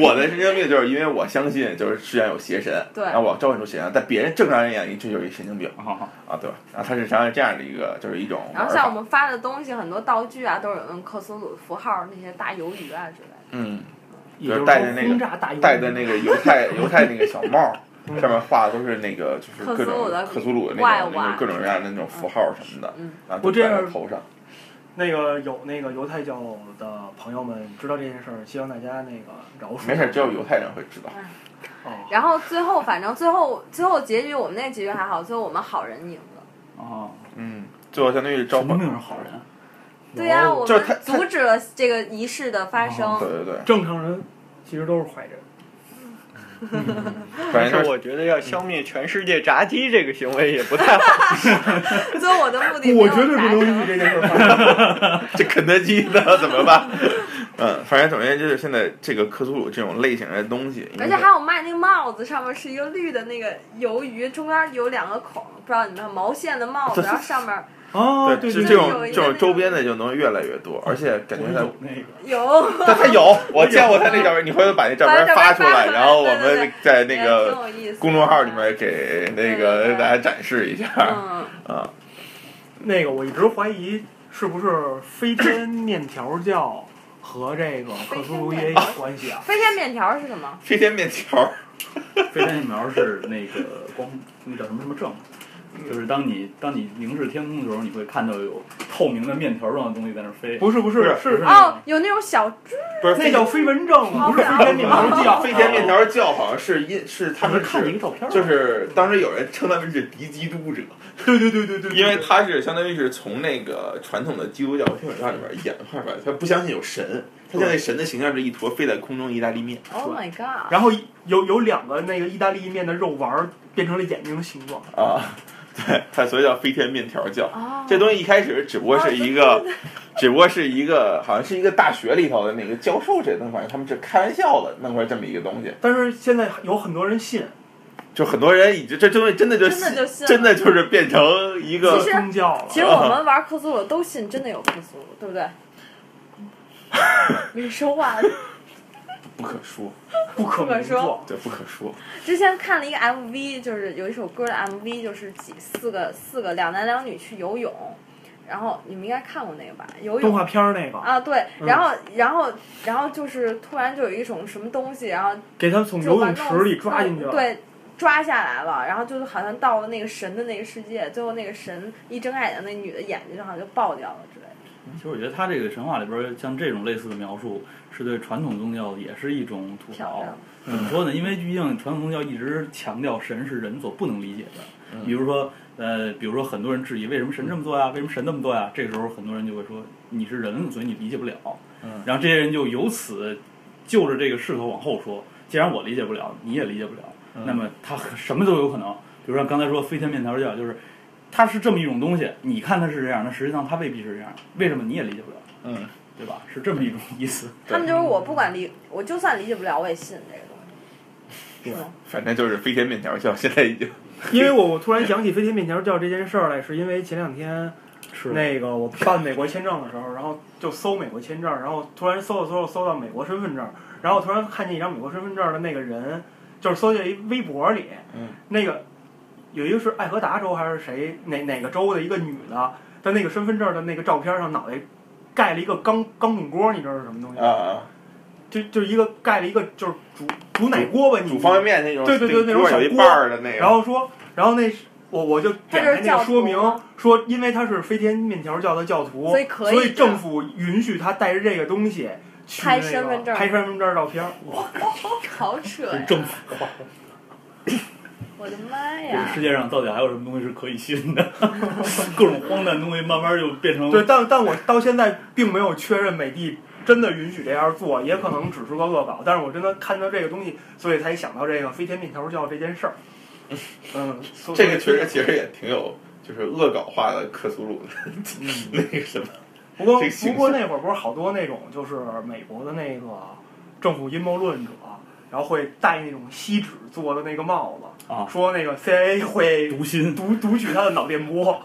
Speaker 9: 我的神经病就是因为我相信就是世界上有邪神，
Speaker 11: 对
Speaker 9: 然后我要召唤出邪神，但别人正常人眼里这就是一神经病。
Speaker 3: 哦
Speaker 9: 啊，对吧？然后它是像这样的一个，就是一种
Speaker 11: 然
Speaker 9: 玩
Speaker 11: 后
Speaker 9: 法
Speaker 11: 像我们发的东西，很多道具啊，都是用克苏鲁符号那些大鱿鱼啊之类的。
Speaker 9: 嗯，
Speaker 12: 也就
Speaker 9: 就是是戴着那个
Speaker 12: 轰炸大游
Speaker 9: 戴的那个犹太犹太那个小帽儿，上面画的都是那个就是各
Speaker 11: 克苏鲁
Speaker 9: 种
Speaker 11: 的
Speaker 9: 克苏鲁的
Speaker 11: 怪
Speaker 9: 那
Speaker 11: 物
Speaker 9: 种那
Speaker 11: 啊
Speaker 9: 种各种各样的那种符号什么的，
Speaker 11: 嗯，
Speaker 9: 然后
Speaker 12: 我
Speaker 9: 就
Speaker 12: 这
Speaker 9: 戴
Speaker 12: 样
Speaker 9: 在头上。
Speaker 12: 那个有那个犹太教的朋友们知道这件事儿，希望大家那个饶恕。
Speaker 9: 没事儿，只有犹太人会知道。
Speaker 12: 哦，
Speaker 11: 然后最后反正最后最后结局我们那结局还好，最后我们好人赢了。
Speaker 3: 哦，
Speaker 9: 嗯，最后相当于召
Speaker 3: 神
Speaker 9: 唤
Speaker 3: 经病，是好人，
Speaker 11: 对呀、
Speaker 12: 有
Speaker 11: 我
Speaker 9: 哦就是他
Speaker 11: 们
Speaker 9: 他
Speaker 11: 阻止了这个仪式的发生。
Speaker 9: 对对对，
Speaker 12: 正常人其实都是坏人。
Speaker 9: 反正
Speaker 2: 但是
Speaker 9: 就是
Speaker 2: 我觉得要消灭全世界炸鸡这个行为也不太好。
Speaker 11: 最后我的目的没有达成。
Speaker 12: 这件事儿。
Speaker 9: 这肯德基的怎么办？嗯，反正总而言之，就是现在这个克苏鲁这种类型的东西，因
Speaker 11: 而
Speaker 9: 为
Speaker 11: 且还有卖那帽子，上面是一个绿的那个鱿鱼，中间有两个孔，不知道你们看毛线的帽子，然后 上面
Speaker 12: 哦，对
Speaker 9: 对，就这
Speaker 12: 对对，
Speaker 9: 种
Speaker 11: 有一
Speaker 9: 这
Speaker 11: 个
Speaker 9: 种周边的就能越来越多，而且感觉
Speaker 3: 我
Speaker 9: 在
Speaker 3: 有那个
Speaker 11: 有，
Speaker 9: 但他有，我见过他那照片，你回头把那照片发出来，然后我们在那
Speaker 11: 哎挺
Speaker 9: 个
Speaker 11: 有意思的
Speaker 9: 公众号里。面给那个大家展示一下。
Speaker 11: 嗯，
Speaker 12: 那个我一直怀疑是不是飞天面条教和这个克苏鲁也有关系啊？
Speaker 11: 飞天面条是什 么？
Speaker 9: 飞天面条，
Speaker 3: 飞天疫苗是那个光，那个叫什么什么症，就是当你当你凝视天空的时候，你会看到有透明的面条状的东西在那儿飞。
Speaker 12: 不是不是
Speaker 3: 不是
Speaker 12: 是
Speaker 11: 哦，有那种小猪，
Speaker 9: 不是
Speaker 12: 那叫飞蚊症，
Speaker 11: 好
Speaker 12: 不是飞天面条教。
Speaker 9: 飞天面条教，好像是因是他
Speaker 3: 他们
Speaker 9: 们
Speaker 3: 看了一个
Speaker 9: 是
Speaker 3: 照片儿，
Speaker 9: 就是当时有人称他们是敌基督 者，
Speaker 12: 对对对对对，对
Speaker 9: 因为他是相当于是从那个传统的基督教天主教里面演化出来的，他不相信有神，他现在神的形象是一坨飞在空中意大利面。
Speaker 11: Oh my god！
Speaker 12: 然后有有两个那个意大利面的肉丸儿变成了眼睛的形状。
Speaker 9: 啊，对，它所以叫飞天面条教。
Speaker 11: 哦
Speaker 9: 这东西一开始只不
Speaker 11: 啊
Speaker 9: 过是一个，只不过是一个，好像是一个大学里头的那个教授这东西，反正他们是开玩笑的弄出来这么一个东西，
Speaker 12: 但是现在有很多人信
Speaker 9: 就很多人已经这东西真的就
Speaker 11: 真的就信了
Speaker 9: 真的就是变成一
Speaker 11: 其
Speaker 9: 个
Speaker 11: 实
Speaker 12: 宗教了
Speaker 11: 其，实我们玩克苏鲁都信真的有克苏鲁，对不 对？你说话
Speaker 9: 不可说，
Speaker 12: 不可名
Speaker 11: 不可说
Speaker 12: 状。
Speaker 9: 对，不可说。
Speaker 11: 之前看了一个 MV，就是有一首歌的 MV，就是几四个四个两男两女去游泳，然后你们应该看过那个吧？游
Speaker 12: 动
Speaker 11: 泳
Speaker 12: 画嗯片儿那个，
Speaker 11: 啊，对，然后、然后然后就是突然就有一种什么东西，然后
Speaker 12: 给他从
Speaker 11: 就
Speaker 12: 游
Speaker 11: 把
Speaker 12: 泳池里抓进去了。
Speaker 11: 对，抓下来了，然后就是好像到了那个神的那个世界，最后那个神一睁开眼睛，那女的眼睛好像就爆掉了之
Speaker 12: 哦
Speaker 11: 类的。
Speaker 3: 其实我觉得他这个神话里边儿像这种类似的描述，是对传统宗教也是一种吐
Speaker 11: 漂
Speaker 3: 槽
Speaker 11: 亮。
Speaker 3: 怎么说呢？因为毕竟传统宗教一直强调神是人所不能理解的。比如说，呃，比如说很多人质疑为什么神这么做呀？为什么神那么做呀？这时候很多人就会说你是人，所以你理解不了。然后这些人就由此就着这个势头往后说，既然我理解不了，你也理解不了，那么它什么都有可能。比如说刚才说飞天面条教，就是它是这么一种东西，你看它是这样，那实际上它未必是这样。为什么你也理解不了，
Speaker 9: 嗯，
Speaker 3: 对吧？是这么一种意思。
Speaker 11: 他们就是我不管理，我就算理解不了，我也信这个东西，是吗？
Speaker 9: 反正就是飞天面条教，现在已经
Speaker 12: 因为我我突然想起飞天面条教这件事儿来，是因为前两天
Speaker 3: 是
Speaker 12: 那个我办美国签证的时候，然后就搜美国签证，然后突然搜着搜着搜到美国身份证，然后突然看见一张美国身份证的那个人，就是搜见一微博里，
Speaker 9: 嗯
Speaker 12: 那个有一个是爱荷达州还是谁哪哪个州的一个女的，她那个身份证的那个照片上脑袋盖了一个钢钢骨锅，你知道是什么东西吗？
Speaker 9: 啊，
Speaker 12: 就就一个盖了一个就是煮煮奶锅吧，
Speaker 9: 啊
Speaker 12: 你
Speaker 9: 煮方便面那种，
Speaker 12: 对对对
Speaker 9: 那
Speaker 12: 那种小
Speaker 9: 有一
Speaker 12: 锅
Speaker 9: 半儿的那个，
Speaker 12: 然后说，然后那是我我就点开那个说明
Speaker 11: 他就是教徒吗，
Speaker 12: 说因为他是飞天面条教的教徒，
Speaker 11: 所
Speaker 12: 所
Speaker 11: 以可以
Speaker 12: 政府允许他带着这个东西去、那个、
Speaker 11: 拍身份证
Speaker 12: 拍身份证照片儿。
Speaker 11: 好扯呀！
Speaker 3: 政府化，
Speaker 11: 我的妈
Speaker 3: 这个
Speaker 11: 呀！
Speaker 3: 世界上到底还有什么东西是可以信的？ 各种荒诞东西慢慢就变成
Speaker 12: 对，但但我到现在并没有确认美的真的允许这样做，也可能只是个恶搞。但是我真的看到这个东西，所以才想到这个飞天面条教这件事儿。嗯，所以
Speaker 9: 这个确实其实也挺有，就是恶搞化的克苏鲁的 那个什么，
Speaker 12: 不过
Speaker 9: 这个形
Speaker 12: 不
Speaker 9: 象
Speaker 12: 过那会儿不是好多那种就是美国的那个政府阴谋论者，然后会戴那种锡纸做的那个帽子，
Speaker 3: 啊
Speaker 12: 说那个 CIA 会
Speaker 3: 读心，
Speaker 12: 读读取他的脑电波。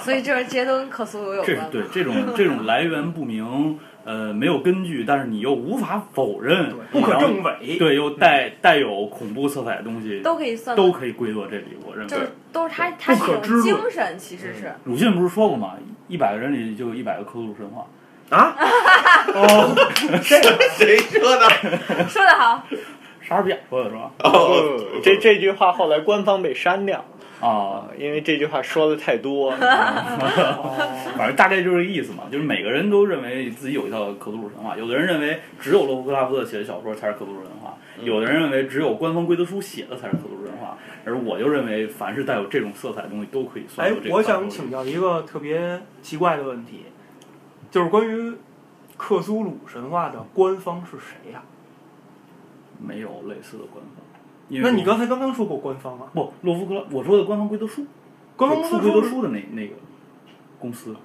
Speaker 11: 所以就是这些都跟克苏鲁有
Speaker 3: 这
Speaker 11: 关
Speaker 3: 是
Speaker 11: 吗。
Speaker 3: 对这种这种来源不明，呃，没有根据，但是你又无法否认，
Speaker 12: 不可
Speaker 3: 然后
Speaker 12: 证伪，
Speaker 3: 对，又带带有恐怖色彩的东西，
Speaker 11: 都可以算
Speaker 3: 都可以归到这里。我认
Speaker 11: 就
Speaker 3: 为
Speaker 11: 是，都是他他
Speaker 12: 不可
Speaker 11: 这
Speaker 12: 知论
Speaker 11: 种精神其实是
Speaker 3: 鲁迅不是说过吗？一百个人里就有一百个克苏鲁神话。
Speaker 12: 啊，哦，这个
Speaker 9: 谁说的？
Speaker 11: 说得好，
Speaker 3: 莎士比亚说的是吧？
Speaker 9: 哦，
Speaker 2: 这这句话后来官方被删掉，
Speaker 3: 啊，
Speaker 2: 因为这句话说的太多。
Speaker 3: 反正大概就是这个意思嘛，就是每个人都认为自己有一套克苏鲁神话，有的人认为只有洛夫克拉夫特写的小说才是克苏鲁神话，有的人认为只有官方规则书写的才是克苏鲁神话，而我就认为凡是带有这种色彩的东西都可以算
Speaker 12: 哎
Speaker 3: 入这，个
Speaker 12: 我
Speaker 3: 范
Speaker 12: 想
Speaker 3: 畴
Speaker 12: 请
Speaker 3: 里
Speaker 12: 教一个特别奇怪的问题，就是关于克苏鲁神话的官方是谁呀、
Speaker 3: 没有类似的官方。因为
Speaker 12: 那你刚才刚刚说过官方啊，
Speaker 3: 不洛夫克拉，我说的官方规则书，
Speaker 12: 官方
Speaker 3: 就出
Speaker 12: 规
Speaker 3: 规
Speaker 12: 则
Speaker 3: 则
Speaker 12: 书
Speaker 3: 书的那那个公司。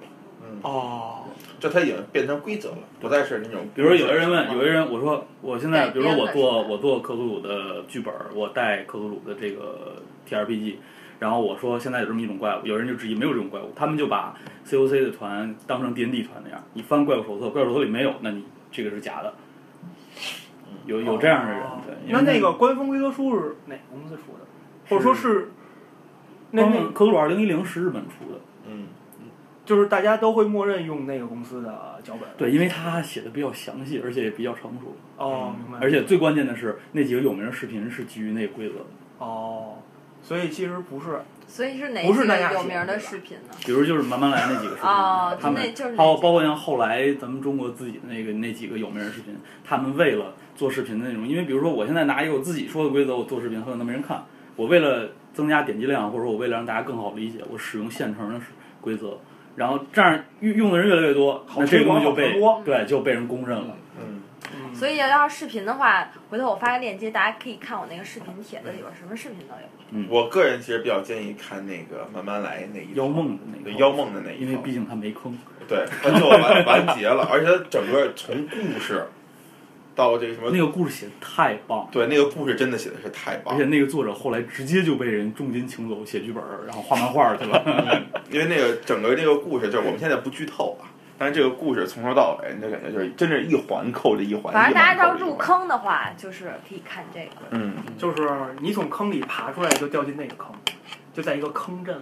Speaker 12: 哦，
Speaker 9: 就它已经变成规则了，不再是那种。
Speaker 3: 比如说有的人问，
Speaker 12: 嗯
Speaker 3: 有的人我说我现在，
Speaker 11: 改
Speaker 3: 比如说我
Speaker 11: 编的
Speaker 3: 做
Speaker 11: 是吧
Speaker 3: 我做克苏鲁的剧本，我带克苏鲁的这个 TRPG，然后我说现在有这么一种怪物，有人就质疑没有这种怪物，他们就把 COC 的团当成 DND 团那样，你翻怪物手册，怪物手册里没有，那你这个是假的。有有这样的人，对
Speaker 12: 嗯哦，
Speaker 3: 因
Speaker 12: 那
Speaker 3: 为
Speaker 12: 那个官方规则书是哪个公司出的，或者说是那
Speaker 3: 那
Speaker 12: 那
Speaker 3: 那克苏鲁二零一零是日本出的，
Speaker 9: 嗯，
Speaker 12: 就是大家都会默认用那个公司的脚本。
Speaker 3: 对，因为他写的比较详细，而且也比较成熟，
Speaker 12: 哦，明白。
Speaker 3: 嗯而且最关键的是那几个有名的视频是基于那个规则的。
Speaker 12: 哦，所以其实不是
Speaker 11: 所以是哪
Speaker 12: 不是
Speaker 11: 几
Speaker 12: 那
Speaker 11: 个
Speaker 12: 样
Speaker 11: 有
Speaker 12: 写
Speaker 11: 名
Speaker 12: 的
Speaker 11: 的
Speaker 12: 吧
Speaker 11: 视频呢？
Speaker 3: 比如就是慢慢来那几个视频，
Speaker 11: 哦
Speaker 3: 他们
Speaker 11: 那就是那
Speaker 3: 包
Speaker 11: 几个
Speaker 3: 包括像后来咱们中国自己的那个那几个有名人视频，他们为了做视频的内容，因为比如说我现在拿一个我自己说的规则，我做视频很可能没人看，我为了增加点击量，或者说我为了让大家更好理解，我使用现成的规则，然后这样用用的人越来越多，那这个东西就被
Speaker 12: 推广好传
Speaker 3: 对就被人公认了。
Speaker 9: 嗯
Speaker 3: 嗯
Speaker 11: 所以要是视频的话，回头我发个链接，大家可以看我那个视频帖子里边什么视频都有。
Speaker 9: 我个人其实比较建议看那个《慢慢来》那
Speaker 12: 嗯
Speaker 9: 一
Speaker 3: 妖
Speaker 9: 套，
Speaker 3: 梦的那
Speaker 9: 对
Speaker 3: 个
Speaker 9: 妖，梦的那一套，
Speaker 3: 因为毕竟他没坑，
Speaker 9: 对它就完完结了，而且它整个从故事到这个什么
Speaker 3: 那，个故事写的太棒了。
Speaker 9: 对那个故事真的写的是太棒
Speaker 3: 而
Speaker 9: 了
Speaker 3: 且，那个作者后来直接就被人重金请走写剧本儿，然后画漫画儿去 了。
Speaker 9: 因为那个整个这个故事，就是我们现在不剧透啊，但是这个故事从头到尾，你就感觉就是真是一环扣着一环，
Speaker 11: 反正大
Speaker 9: 哎一
Speaker 11: 家
Speaker 9: 环
Speaker 11: 要
Speaker 9: 扣着一
Speaker 11: 入
Speaker 9: 环，
Speaker 11: 坑的话，就是可以看这个。
Speaker 9: 嗯，
Speaker 12: 就是你从坑里爬出来就掉进那个坑，就在一个坑 阵里。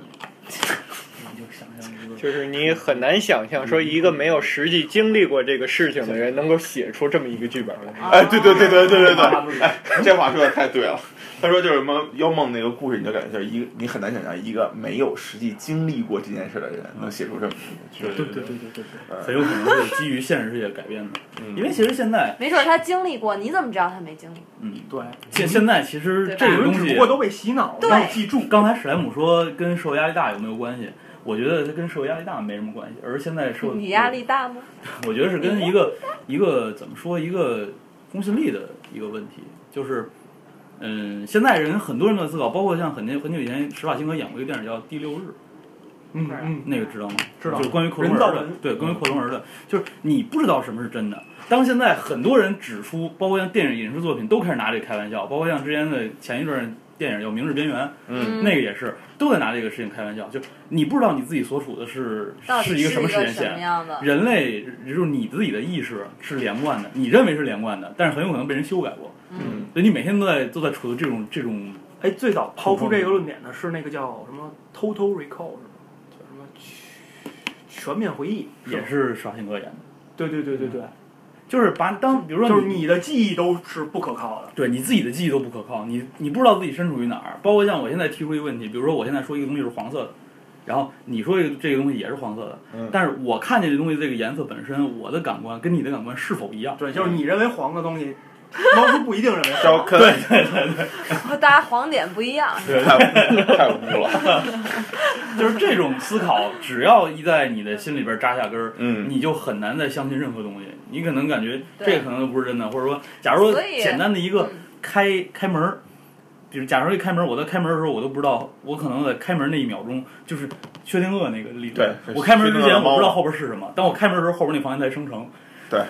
Speaker 3: 你就想象一个
Speaker 2: 就是你很难想象，说一个没有实际经历过这个事情的人，能够写出这么一个剧本来。
Speaker 9: 哎，对对对对对对对，
Speaker 12: 不是
Speaker 9: 这话说的太对了。他说就是梦妖梦那个故事，你就感觉就是一个你很难想象一个没有实际经历过这件事的人能写出这么一个剧
Speaker 3: 对
Speaker 9: 本。
Speaker 3: 对对
Speaker 12: 对对对，
Speaker 3: 很有可能是基于现实世界改编的。
Speaker 9: 嗯
Speaker 3: 因为其实现在，
Speaker 11: 没准儿他经历过，你怎么知道他没经历？过？
Speaker 3: 嗯，
Speaker 12: 对，
Speaker 3: 现现在其实这个
Speaker 12: 人
Speaker 3: 东
Speaker 12: 只
Speaker 3: 西
Speaker 12: 不，过都被洗脑了。
Speaker 11: 对
Speaker 3: 记住，刚才史莱姆说跟社会压力大有没有关系？我觉得它跟社会压力大没什么关系，而现在社会
Speaker 11: 你压力，大吗？
Speaker 3: 我觉得是跟一个一个怎么说一个公信力的一个问题，就是嗯，现在人很多人都在思考，包括像很久很久以前施瓦辛格演过一个电影叫《第六日》，
Speaker 12: 嗯嗯，
Speaker 3: 那个知道吗？
Speaker 12: 知道
Speaker 3: 就是关于克隆
Speaker 12: 人造
Speaker 3: 的
Speaker 12: 人，嗯
Speaker 3: 对，关于克隆儿的，就是你不知道什么是真的。当现在很多人指出，包括像电影、影视作品都开始拿这个开玩笑，包括像之前的前一段电影叫《明日边缘》，
Speaker 9: 嗯，
Speaker 3: 那个也是都在拿这个事情开玩笑，就你不知道你自己所处的是
Speaker 11: 到底
Speaker 3: 一个
Speaker 11: 什
Speaker 3: 么时间
Speaker 11: 么
Speaker 3: 线。
Speaker 11: 样的？
Speaker 3: 人类就是你自己的意识是连贯的，你认为是连贯的，但是很有可能被人修改过。
Speaker 11: 嗯，
Speaker 3: 所以你每天都在都在处于这种这种
Speaker 12: 哎，最早抛出这个论点的是那个叫什么 “total recall” 是吗？叫什么全全面回忆？是
Speaker 3: 也
Speaker 12: 吧
Speaker 3: 是刷新格言的，
Speaker 12: 对对对对对，
Speaker 3: 就是把当比如说
Speaker 12: 就是你的记忆都是不可靠的。
Speaker 3: 对你自己的记忆都不可靠，你你不知道自己身处于哪儿。包括像我现在提出一个问题，比如说我现在说一个东西是黄色的，然后你说一个这个东西也是黄色的，
Speaker 9: 嗯
Speaker 3: 但是我看见这东西这个颜色本身，我的感官跟你的感官是否一样？
Speaker 12: 对，就是你认为黄的东西，猫叔不一定认为
Speaker 9: 小
Speaker 12: 黄。
Speaker 9: 坑对，
Speaker 11: 和大家黄点不一样。
Speaker 9: 太污太污了，
Speaker 3: 就是这种思考，只要一在你的心里边扎下根儿，
Speaker 9: 嗯
Speaker 3: 你就很难再相信任何东西。你可能感觉
Speaker 11: 对
Speaker 3: 这个可能不是真的，或者说，假如说
Speaker 11: 所以
Speaker 3: 简单的一个
Speaker 11: 嗯
Speaker 3: 开开门儿，比如假如一开门儿，我在开门儿的时候我都不知道，我可能在开门那一秒钟就是薛定谔那个理论。
Speaker 9: 对
Speaker 3: 我开门之
Speaker 9: 薛定谔的
Speaker 3: 前
Speaker 9: 猫
Speaker 3: 我不知道后边是什么，当我开门的时候后边那房间才生成。
Speaker 9: 对。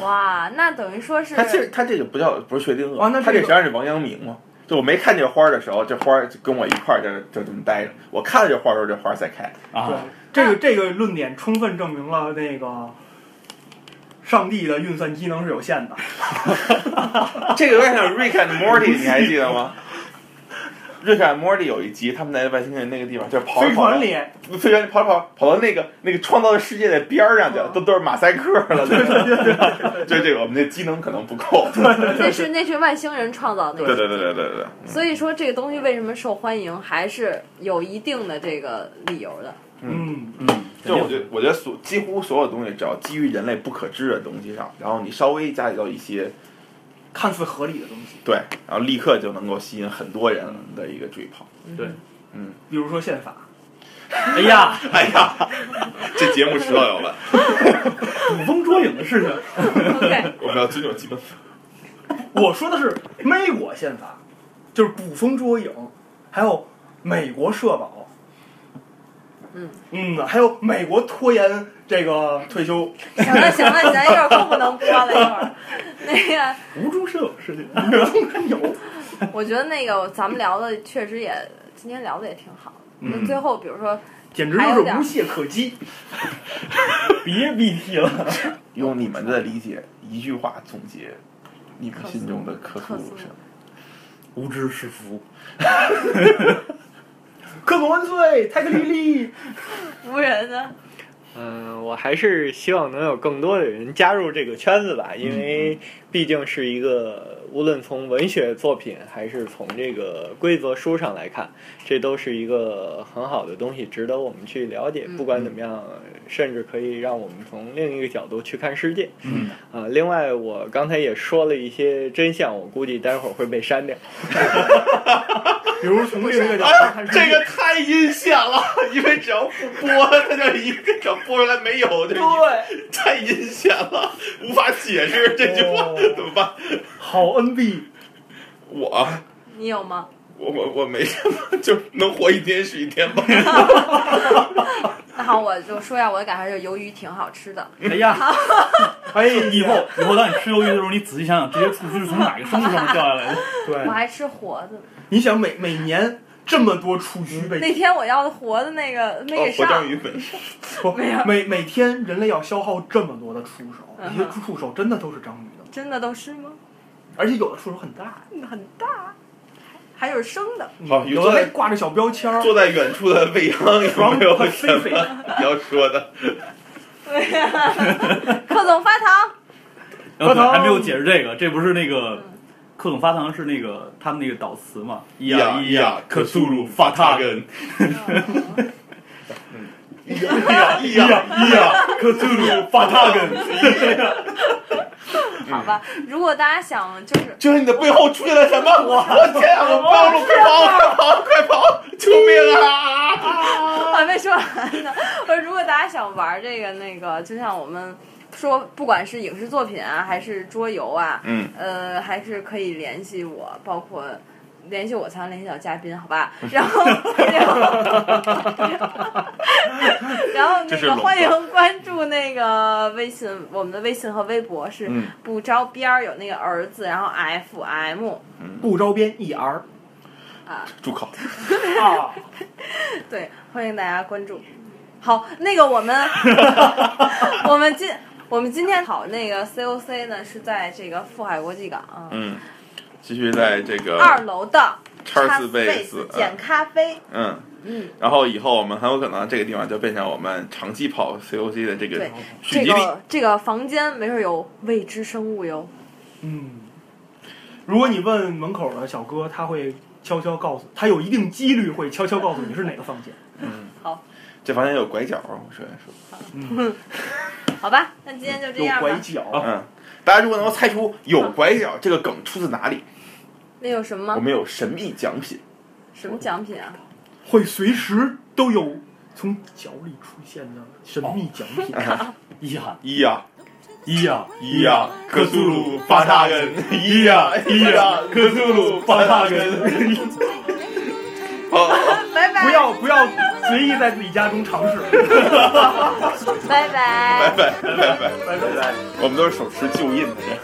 Speaker 11: 哇，那等于说是
Speaker 9: 他这他这个不叫不是薛定谔，
Speaker 12: 哦那这个
Speaker 9: 他这实际上是王阳明嘛。就我没看这花儿的时候，这花儿就跟我一块儿就就这么待着；我看了这花儿的时候，这花儿才开。
Speaker 3: 啊
Speaker 12: 对，，这个这个论点充分证明了那个上帝的运算机能是有限的。
Speaker 9: 这个有点像 Rick and Morty，你还记得吗？Rick and Morty 有一集，他们在外星人那个地方，就是跑着
Speaker 12: 飞
Speaker 9: 跑着
Speaker 12: 船里，
Speaker 9: 飞船跑着跑着跑到那个那个创造的世界的边儿上去了，都都是马赛克 了。对对对对，就这个我们这机能可能不够。
Speaker 11: 那是那是外星人创造的那
Speaker 9: 对对
Speaker 11: 个，
Speaker 9: 对嗯对对对，
Speaker 11: 所以说这个东西为什么受欢迎，还是有一定的这个理由的。
Speaker 12: 嗯，
Speaker 3: 嗯，
Speaker 9: 就我觉得，我觉得所几乎所有东西，只要基于人类不可知的东西上，然后你稍微加以到一些
Speaker 12: 看似合理的东西，
Speaker 9: 对，然后立刻就能够吸引很多人的一个追捧。
Speaker 3: 对，
Speaker 12: 比如说宪法，
Speaker 3: 哎呀，
Speaker 9: 哎呀，这节目迟早有了，
Speaker 3: 捕风捉影的事情，
Speaker 11: OK，
Speaker 9: 我们要尊重基本法。
Speaker 12: 我说的是美国宪法，就是捕风捉影，还有美国社保，
Speaker 11: 嗯
Speaker 12: 嗯，还有美国拖延这个退休，
Speaker 11: 行了行了行了，一会儿可不能播了，一会 儿那个。
Speaker 3: 无中生有事情。
Speaker 12: 有
Speaker 11: 我觉得那个咱们聊的确实也，今天聊的也挺好的。那、
Speaker 9: 嗯
Speaker 11: 最后，比如说，
Speaker 12: 简直就是无懈可击。
Speaker 3: 别 BT 了，
Speaker 9: 用你们的理解，一句话总结你们心中的科苏鲁是吗？
Speaker 3: 无知是福。
Speaker 12: 克总万岁，泰克利利，
Speaker 11: 无人呢，
Speaker 2: 嗯，我还是希望能有更多的人加入这个圈子吧，
Speaker 9: 嗯
Speaker 2: 因为毕竟是一个，无论从文学作品还是从这个规则书上来看，这都是一个很好的东西，值得我们去了解。
Speaker 11: 嗯
Speaker 2: 不管怎么样，甚至可以让我们从另一个角度去看世界。
Speaker 3: 嗯，
Speaker 2: 啊，另外我刚才也说了一些真相，我估计待会儿会被删掉。
Speaker 12: 比如从另一个角
Speaker 9: 哎
Speaker 12: 度
Speaker 9: 呀
Speaker 12: 看，，
Speaker 9: 这个太阴险了，因为只要不播， 它就一个只要播出来没有，就
Speaker 12: 对，
Speaker 9: 太阴险了，无法解释这句话
Speaker 12: 哦
Speaker 9: 怎么办？
Speaker 12: 好 NB，
Speaker 9: 我
Speaker 11: 你有吗？
Speaker 9: 我我我没什么，就能活一天是一天吧。
Speaker 11: 那好，我就说一下我的感受，就是鱿鱼挺好吃的。
Speaker 3: 哎呀。
Speaker 12: 哎，
Speaker 3: 以后以后当你吃鱿鱼的时候，你仔细想想，这些醋汁是从哪个牲畜上面掉 下来的？哦
Speaker 12: 对
Speaker 11: 我，还吃活的，
Speaker 12: 你想每每年这么多雏菊被
Speaker 11: 嗯那天我要的活的那个没给
Speaker 9: 哦活
Speaker 11: 上，
Speaker 9: 章鱼本身，
Speaker 12: 不
Speaker 11: 没有
Speaker 12: 每每天人类要消耗这么多的触手，
Speaker 11: 嗯
Speaker 12: 这
Speaker 11: 哼
Speaker 12: 些触手真的都是章鱼的，
Speaker 11: 真的都是吗？
Speaker 12: 而且有的触手很大，
Speaker 11: 很大，还还有生的。
Speaker 9: 好，
Speaker 12: 嗯有
Speaker 9: 坐
Speaker 12: 的还
Speaker 9: 在
Speaker 12: 挂着小标签儿，
Speaker 9: 坐在远处的未央有没有什么要说 的？
Speaker 11: 对呀、克总发糖，
Speaker 3: 然
Speaker 12: 发
Speaker 3: 后
Speaker 12: 糖
Speaker 3: 还没有解释这个，这不是那个克总发糖是那个他们那个导词嘛？咿呀咿呀，克苏鲁发塔根，
Speaker 9: 根，嗯咿呀咿呀咿呀，
Speaker 3: 克苏鲁发塔根。
Speaker 11: 好吧。如果大家想就是
Speaker 9: 就是你的背后出现了什 么？我我天啊！我暴露，快跑！快跑！快跑！救命 啊！
Speaker 11: 我还没说完呢。我说，如果大家想玩这个那个，就像我们说，不管是影视作品啊，还是桌游啊，
Speaker 9: 嗯，
Speaker 11: 呃，还是可以联系我，包括联系我才能联系到嘉宾，好吧？然后，然后，然后
Speaker 9: 这
Speaker 11: 那
Speaker 9: 是垄
Speaker 11: 个
Speaker 9: 断
Speaker 11: 欢迎关注那个微信，我们的微信和微博是
Speaker 9: 嗯
Speaker 11: 不着边儿有那个儿子，然后 F M
Speaker 12: 不招边 E R
Speaker 11: 啊，
Speaker 9: 住口！
Speaker 12: 啊，
Speaker 11: 对，欢迎大家关注。好，那个我 们我们今我们今天考那个 COC 呢是在这个富海国际港啊
Speaker 9: 嗯，继续在这个
Speaker 11: 二楼的
Speaker 9: 叉四
Speaker 11: 贝
Speaker 9: 贝斯啊
Speaker 11: 捡咖啡。
Speaker 9: 嗯，
Speaker 11: 嗯，
Speaker 9: 然后以后我们很有可能这个地方就变成我们长期跑 COC 的这个
Speaker 11: 对，
Speaker 9: 聚
Speaker 11: 这
Speaker 9: 集地。
Speaker 11: 个这个房间没准有未知生物哟。
Speaker 12: 嗯，如果你问门口的小哥，他会悄悄告诉，他有一定几率会悄悄告诉你是哪个房间。
Speaker 9: 嗯这房间有拐角，我首先说，
Speaker 11: 好吧，那今天就这
Speaker 12: 有
Speaker 11: 样
Speaker 12: 拐
Speaker 11: 吧。
Speaker 12: 角，
Speaker 9: 嗯，大家如果能够猜出有拐角这个梗出自哪里，
Speaker 11: 那有什么
Speaker 9: 我
Speaker 11: 吗？
Speaker 9: 们有神秘奖品。
Speaker 11: 什么奖品啊？
Speaker 12: 会随时都有从脚里出现的神秘奖品。
Speaker 3: 一呀
Speaker 9: 一呀
Speaker 3: 一呀，
Speaker 9: 一呀，克苏鲁巴塔根，一呀一呀，克苏鲁巴塔根。好，
Speaker 11: 拜拜，
Speaker 12: 不要不要随意在自己家中尝试。
Speaker 11: 拜拜
Speaker 9: 拜。拜拜拜拜拜，我们都是手持旧印的人。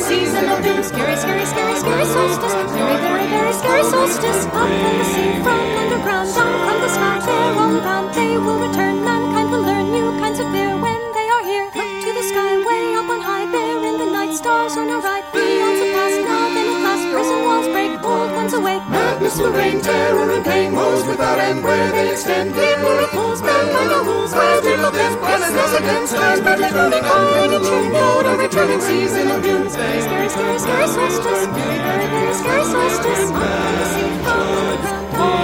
Speaker 1: Season of doom, scary, scary, scary, scary solstice, very, very, very scary solstice. Up from the sea, from underground, down from the sky, they're all around. They will return, mankind will learn new kinds of fear when they are here. Look to the sky, way up on high, there in the night, stars on our right, beyond the past, now then at last, prison walls break, old ones awake. Madness will reign, terror and pain, woes without end, where they extend. People are fools, men by the rules, rise to the death, presence against stars, but returning on and turning out a returning season of doomsday. Scary, scary, scary solstice, very, very, very scary solstice. Up on the sea, from the ground,